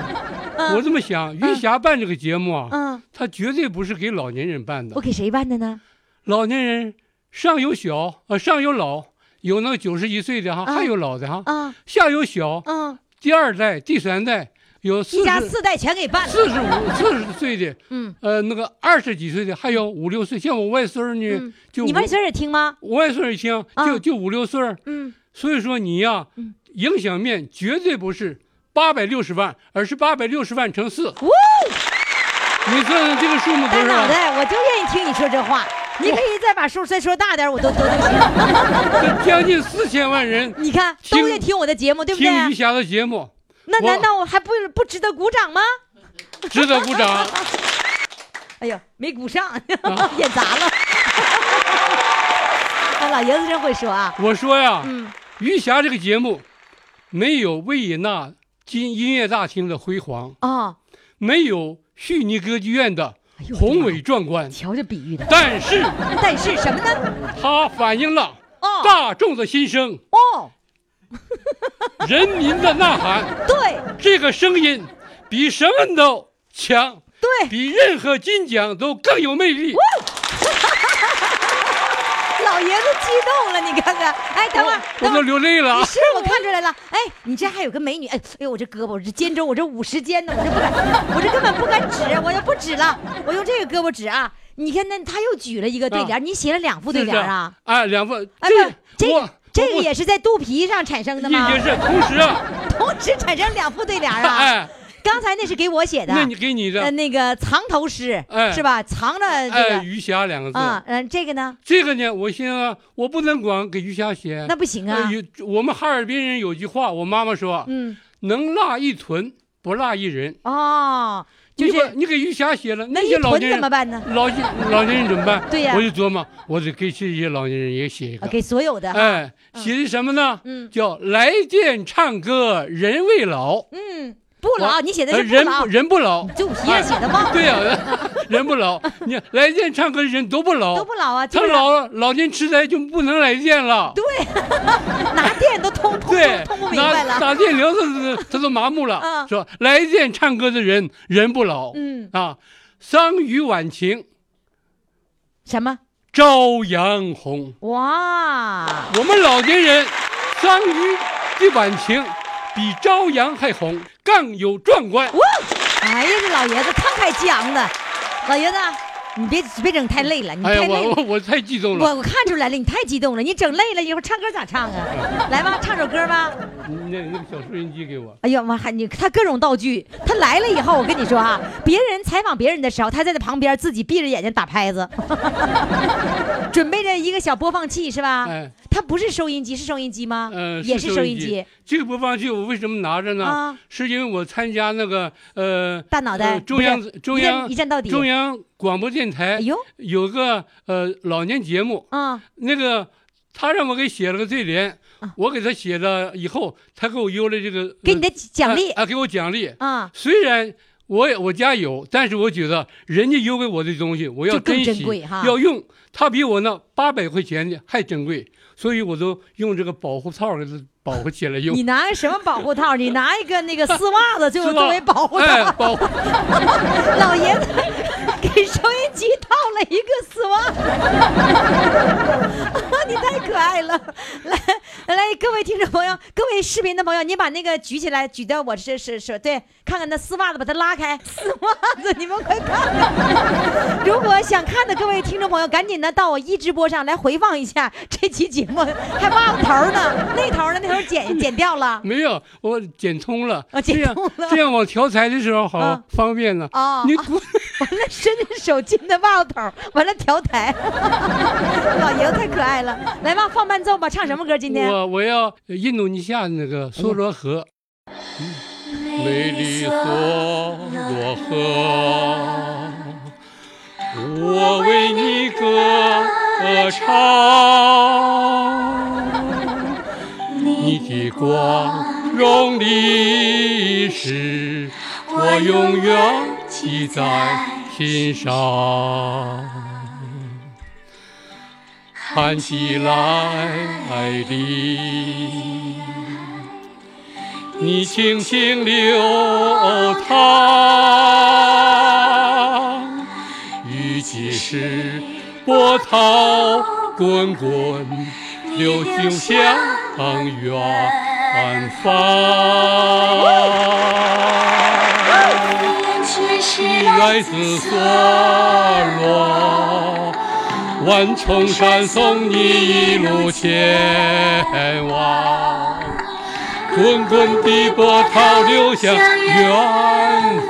[SPEAKER 10] 我这么想，余霞办这个节目啊，
[SPEAKER 3] 嗯，
[SPEAKER 10] 他绝对不是给老年人办
[SPEAKER 3] 我
[SPEAKER 10] 的。
[SPEAKER 3] 给谁办的呢？
[SPEAKER 10] 老年人上有小，呃，上有老，有那九十一岁的哈，
[SPEAKER 3] 啊
[SPEAKER 10] 还有老的哈，
[SPEAKER 3] 啊，
[SPEAKER 10] 下有小，
[SPEAKER 3] 嗯，
[SPEAKER 10] 第二代、第三代有
[SPEAKER 3] 一
[SPEAKER 10] 四
[SPEAKER 3] 家
[SPEAKER 10] 十。
[SPEAKER 3] 四代全给办了。
[SPEAKER 10] 四十五、四十岁的，
[SPEAKER 3] 嗯，
[SPEAKER 10] 呃，那个二十几岁的，还有五六岁，像我外孙儿
[SPEAKER 3] 嗯
[SPEAKER 10] 呢，就
[SPEAKER 3] 你
[SPEAKER 10] 五
[SPEAKER 3] 外孙儿也听吗？
[SPEAKER 10] 我外孙儿一听，
[SPEAKER 3] 啊
[SPEAKER 10] 就就五六岁儿，
[SPEAKER 3] 嗯，
[SPEAKER 10] 所以说你呀、影响面绝对不是八百六十万，而是八百六十万乘四。
[SPEAKER 3] 呜，
[SPEAKER 10] 你算算这个数目
[SPEAKER 3] 大
[SPEAKER 10] 多
[SPEAKER 3] 脑
[SPEAKER 10] 少？啊
[SPEAKER 3] 袋，我就愿意听你说这话。你可以再把数再说大点儿，我都都都 行。
[SPEAKER 10] 这将近四千万人
[SPEAKER 3] 你看，
[SPEAKER 10] 听
[SPEAKER 3] 都在听我的节目，嗯对不啊对？
[SPEAKER 10] 听余霞的节目，
[SPEAKER 3] 那
[SPEAKER 10] 我
[SPEAKER 3] 难道我还不不值得鼓掌吗？
[SPEAKER 10] 值得鼓 掌。
[SPEAKER 3] 哎呦，没鼓上，
[SPEAKER 10] 啊
[SPEAKER 3] 演砸了。啊，老爷子真会说啊。
[SPEAKER 10] 我说呀，
[SPEAKER 3] 嗯
[SPEAKER 10] 余霞这个节目没有维也纳金音乐大厅的辉煌，
[SPEAKER 3] 哦，
[SPEAKER 10] 没有悉尼歌剧院的
[SPEAKER 3] 哎
[SPEAKER 10] 宏伟壮观，
[SPEAKER 3] 瞧这比喻的。
[SPEAKER 10] 但是
[SPEAKER 3] 但是什么呢？
[SPEAKER 10] 它反映了
[SPEAKER 3] 哦
[SPEAKER 10] 大众的 心声，
[SPEAKER 3] 哦，
[SPEAKER 10] 人民的呐喊。
[SPEAKER 3] 对
[SPEAKER 10] 这个声音比什么都强，
[SPEAKER 3] 对，
[SPEAKER 10] 比任何金奖都更有魅力。
[SPEAKER 3] 老爷子激动了，你看看，哎，等会儿，
[SPEAKER 10] 我都流泪了。啊
[SPEAKER 3] 是我看出来了，哎，你这还有个美女，哎，哎呦，我这胳膊，我这肩周，我这五十肩呢，我这不敢，我这根本不敢指，我就不指了，我用这个胳膊指啊。你看，那他又举了一个
[SPEAKER 10] 啊
[SPEAKER 3] 对联，你写了两副对联啊？
[SPEAKER 10] 哎，两副，
[SPEAKER 3] 哎，这这个也是在肚皮上产生的吗？
[SPEAKER 10] 也是同时，啊
[SPEAKER 3] 同时产生两副对联啊？ 哎。刚才那是给我写的，
[SPEAKER 10] 那你给你的，哎
[SPEAKER 3] 呃，那个藏头诗，是吧？藏着这个
[SPEAKER 10] 余霞两个字
[SPEAKER 3] 啊，嗯，这个呢？
[SPEAKER 10] 这个呢，我寻思我不能光给余霞写，
[SPEAKER 3] 那不行
[SPEAKER 10] 哎
[SPEAKER 3] 啊。
[SPEAKER 10] 我们哈尔滨人有句话，我妈妈说，嗯，能落一屯，不落一人。
[SPEAKER 3] 哦，
[SPEAKER 10] 就是你给余霞写了，那
[SPEAKER 3] 些
[SPEAKER 10] 老年人
[SPEAKER 3] 怎么 办呢？
[SPEAKER 10] 老老年人怎么办？
[SPEAKER 3] 对呀，
[SPEAKER 10] 我就琢磨，我得给这些老年人也写一个，
[SPEAKER 3] 啊给所有的。
[SPEAKER 10] 哎，写的什么呢？嗯，叫来电唱歌人未老。
[SPEAKER 3] 嗯。不老，你写的是
[SPEAKER 10] 呃人人 不老，
[SPEAKER 3] 就皮上写的嘛。
[SPEAKER 10] 对呀， 人不老，你来电唱歌人都不老，
[SPEAKER 3] 都不老啊。
[SPEAKER 10] 他老了，老年痴呆就不能来电了。
[SPEAKER 3] 对， 拿电都通通 通不明白了，嗯
[SPEAKER 10] 打电铃他他都麻木了。说来电唱歌的人人不老，嗯啊，桑榆晚晴，
[SPEAKER 3] 什么
[SPEAKER 10] 朝阳红？
[SPEAKER 3] 哇，
[SPEAKER 10] 我们老年人桑榆的晚晴。比朝阳还红，更有壮观。
[SPEAKER 3] 哇！哎呀，这老爷子慷慨激昂的，老爷子，你别别整太累了，你太累了，哎、
[SPEAKER 10] 我我太激动了。
[SPEAKER 3] 我我看出来了，你太激动了，你整累了，一会儿唱歌咋唱啊？来吧，唱首歌吧。
[SPEAKER 10] 那那个小收音机给我。
[SPEAKER 3] 哎呀妈，还你他各种道具，他来了以后，我跟你说 啊，别人采访别人的时候，他在那旁边自己闭着眼睛打拍 子，准备着一个小播放器是吧？哎。它不是收音机，是收音机吗？
[SPEAKER 10] 嗯、呃，
[SPEAKER 3] 啊也
[SPEAKER 10] 是
[SPEAKER 3] 收
[SPEAKER 10] 音
[SPEAKER 3] 机。
[SPEAKER 10] 这个播放器我为什么拿着呢？啊、是因为我参加那个呃
[SPEAKER 3] 大脑袋、
[SPEAKER 10] 呃、中央中央
[SPEAKER 3] 一站到底哎
[SPEAKER 10] 中央广播电台有个呃老年节目啊，那个他让我给写了个对联，啊、我给他写了以后，他给我邮了这个、呃、
[SPEAKER 3] 给你的奖励
[SPEAKER 10] 啊，给我奖励啊。虽然我也我家有，但是我觉得人家邮给我的东西，我要珍惜，
[SPEAKER 3] 珍贵哈
[SPEAKER 10] 要用。他比我那八百块钱的还珍贵。所以我都用这个保护套给它保护起来用。
[SPEAKER 3] 你拿个什么保护套？你拿一个那 个丝袜子就作为保护套。
[SPEAKER 10] 哎，保护。
[SPEAKER 3] 老爷子给收音机套了一个丝袜 子，你太可爱了。来来，各位听众朋友，各位视频的朋友，你把那个举起来，举到我这是是对，看看那丝袜子，把它拉开。丝袜子，你们快看看！如果想看的各位听众朋友，赶紧的到我一直播上来回放一下这期节目。我还忘了头呢，那头呢？那头剪剪掉了？
[SPEAKER 10] 没有，我剪通了。
[SPEAKER 3] 啊，剪通了。
[SPEAKER 10] 这样我调材的时候好方便呢。
[SPEAKER 3] 啊，
[SPEAKER 10] 你 滚！
[SPEAKER 3] 完了，伸着手进的袜子头， 完了调台。老爷子太可爱了，来吧，放伴奏吧，唱什么歌？今天
[SPEAKER 10] 我我要印度尼西亚那个梭罗河，美丽梭罗河，我为你歌。歌唱，你的光荣历史，我永远记在心上。喊起来的，你轻轻流淌，雨季时。波涛滚滚，流向向远方。你来自梭罗，万重山送你一路前往。滚滚的波涛流向远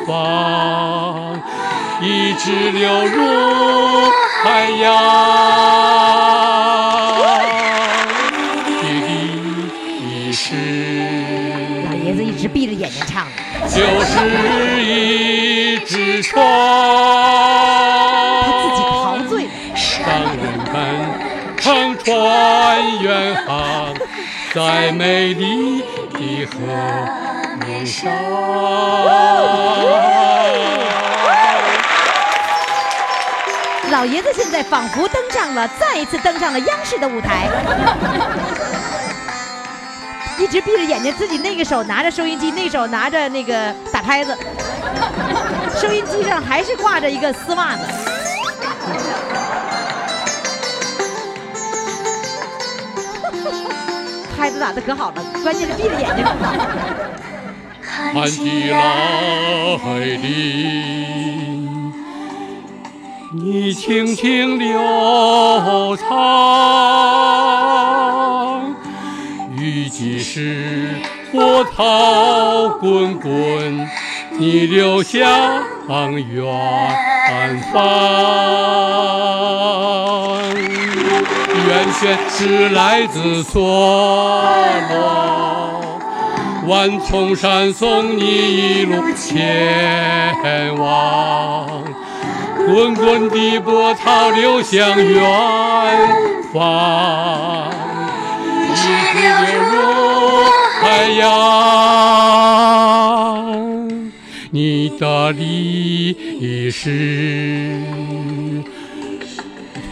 [SPEAKER 10] 方，一直流入。海洋，第一是
[SPEAKER 3] 老爷子一直闭着眼睛唱，
[SPEAKER 10] 就是一只船，
[SPEAKER 3] 他自己陶醉了。
[SPEAKER 10] 让人们乘船远航，在美丽的河面上。
[SPEAKER 3] 老爷子现在仿佛登上了，再一次登上了央视的舞台。 一直闭着眼睛，自己那个手拿着收音机，那手拿着那个打拍子。收音机上还是挂着一个丝袜子。 拍子打的可好了，关键是闭着眼睛。
[SPEAKER 11] 喊起来的，你轻轻流淌，雨季时波涛滚滚，你流向远方。源泉是来自梭罗。万重山送你一路前往，滚滚的波涛流向远方，一直流入海洋。你的历史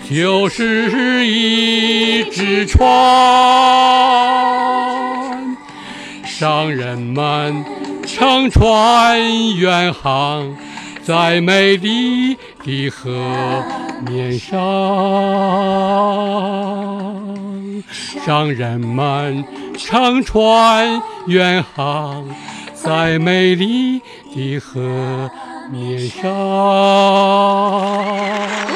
[SPEAKER 11] 就是一只船。商人们乘船远航，在美丽的河面上。商人们乘船远航，在美丽的河面啊上。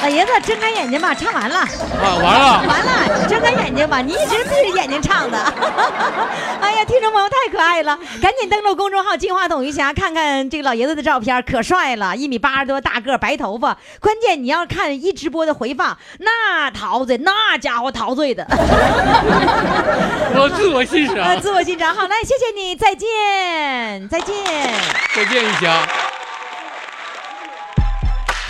[SPEAKER 3] 老爷子，睁开眼睛吧，唱完了。
[SPEAKER 11] 啊，完了。
[SPEAKER 3] 完了，你睁开眼睛吧，你一直闭着眼睛唱的。 哎呀，听众朋友太可爱了，赶紧登录公众号“金话筒余霞”，看看这个老爷子的照片，可帅了，一米八十多，大个儿，白头发。关键你要看一直播的回放，那陶醉，那家伙陶醉的。
[SPEAKER 11] 我自我欣赏。
[SPEAKER 3] 呃，自我欣赏。好，来，谢谢你，再见，再见，
[SPEAKER 11] 再见，余霞。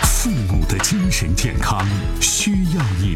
[SPEAKER 6] 父母的精神健康需要你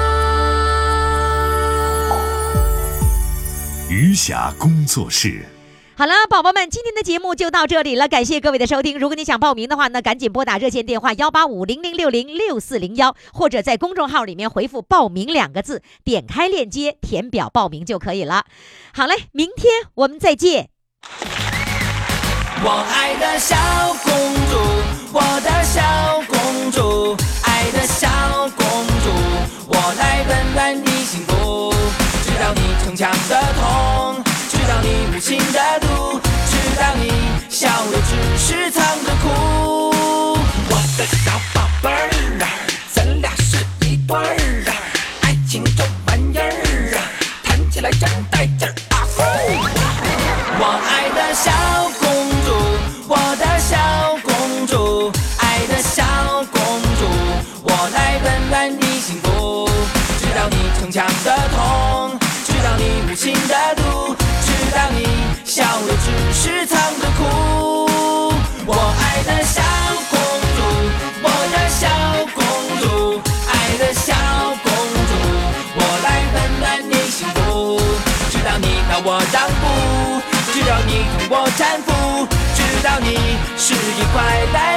[SPEAKER 6] 余霞工作室。
[SPEAKER 3] 好了，宝宝们，今天的节目就到这里了，感谢各位的收听。如果你想报名的话呢，赶紧拨打热线电话幺八五零零六零六四零幺，或者在公众号里面回复“报名”两个字，点开链接填表报名就可以了。好嘞，明天我们再见。
[SPEAKER 12] 我爱的小公主，我的小公主，爱的小公主，我来温暖你幸福。知道你逞强的痛，知道你无情的毒，知道你笑的只是藏着哭。我的小宝贝儿啊，咱俩是一对儿啊，爱情这玩意儿啊，谈起来真带劲儿啊！我爱的小公主，我的小公主，爱的小公主，我来温暖你幸福。知道你逞强的痛，知道你无情的毒，知道你笑的只是藏着哭。我爱的小公主，我的小公主，爱的小公主，我来温暖你幸福。知道你让我让步，知道你同我搀扶，知道你是一块来